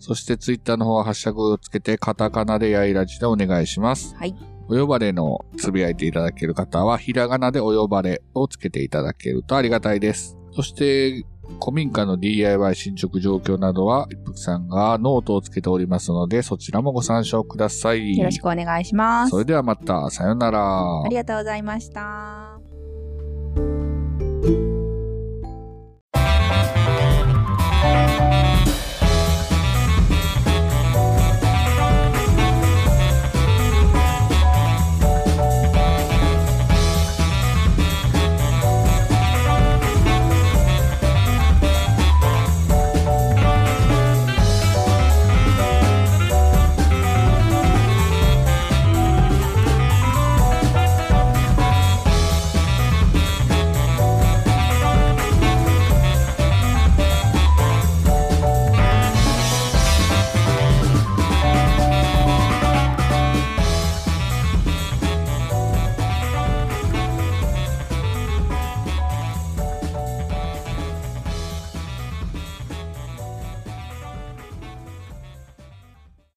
Speaker 7: そして、ツイッターの方は、ハッシュタグをつけて、カタカナでやいラジでお願いします。
Speaker 11: はい。
Speaker 7: お呼ばれのつぶやいていただける方は、ひらがなでお呼ばれをつけていただけるとありがたいです。そして、古民家の DIY 進捗状況などは、一服さんがノートをつけておりますので、そちらもご参照ください。
Speaker 11: よろしくお願いします
Speaker 7: そ。れではまた、さよなら。
Speaker 11: ありがとうございました。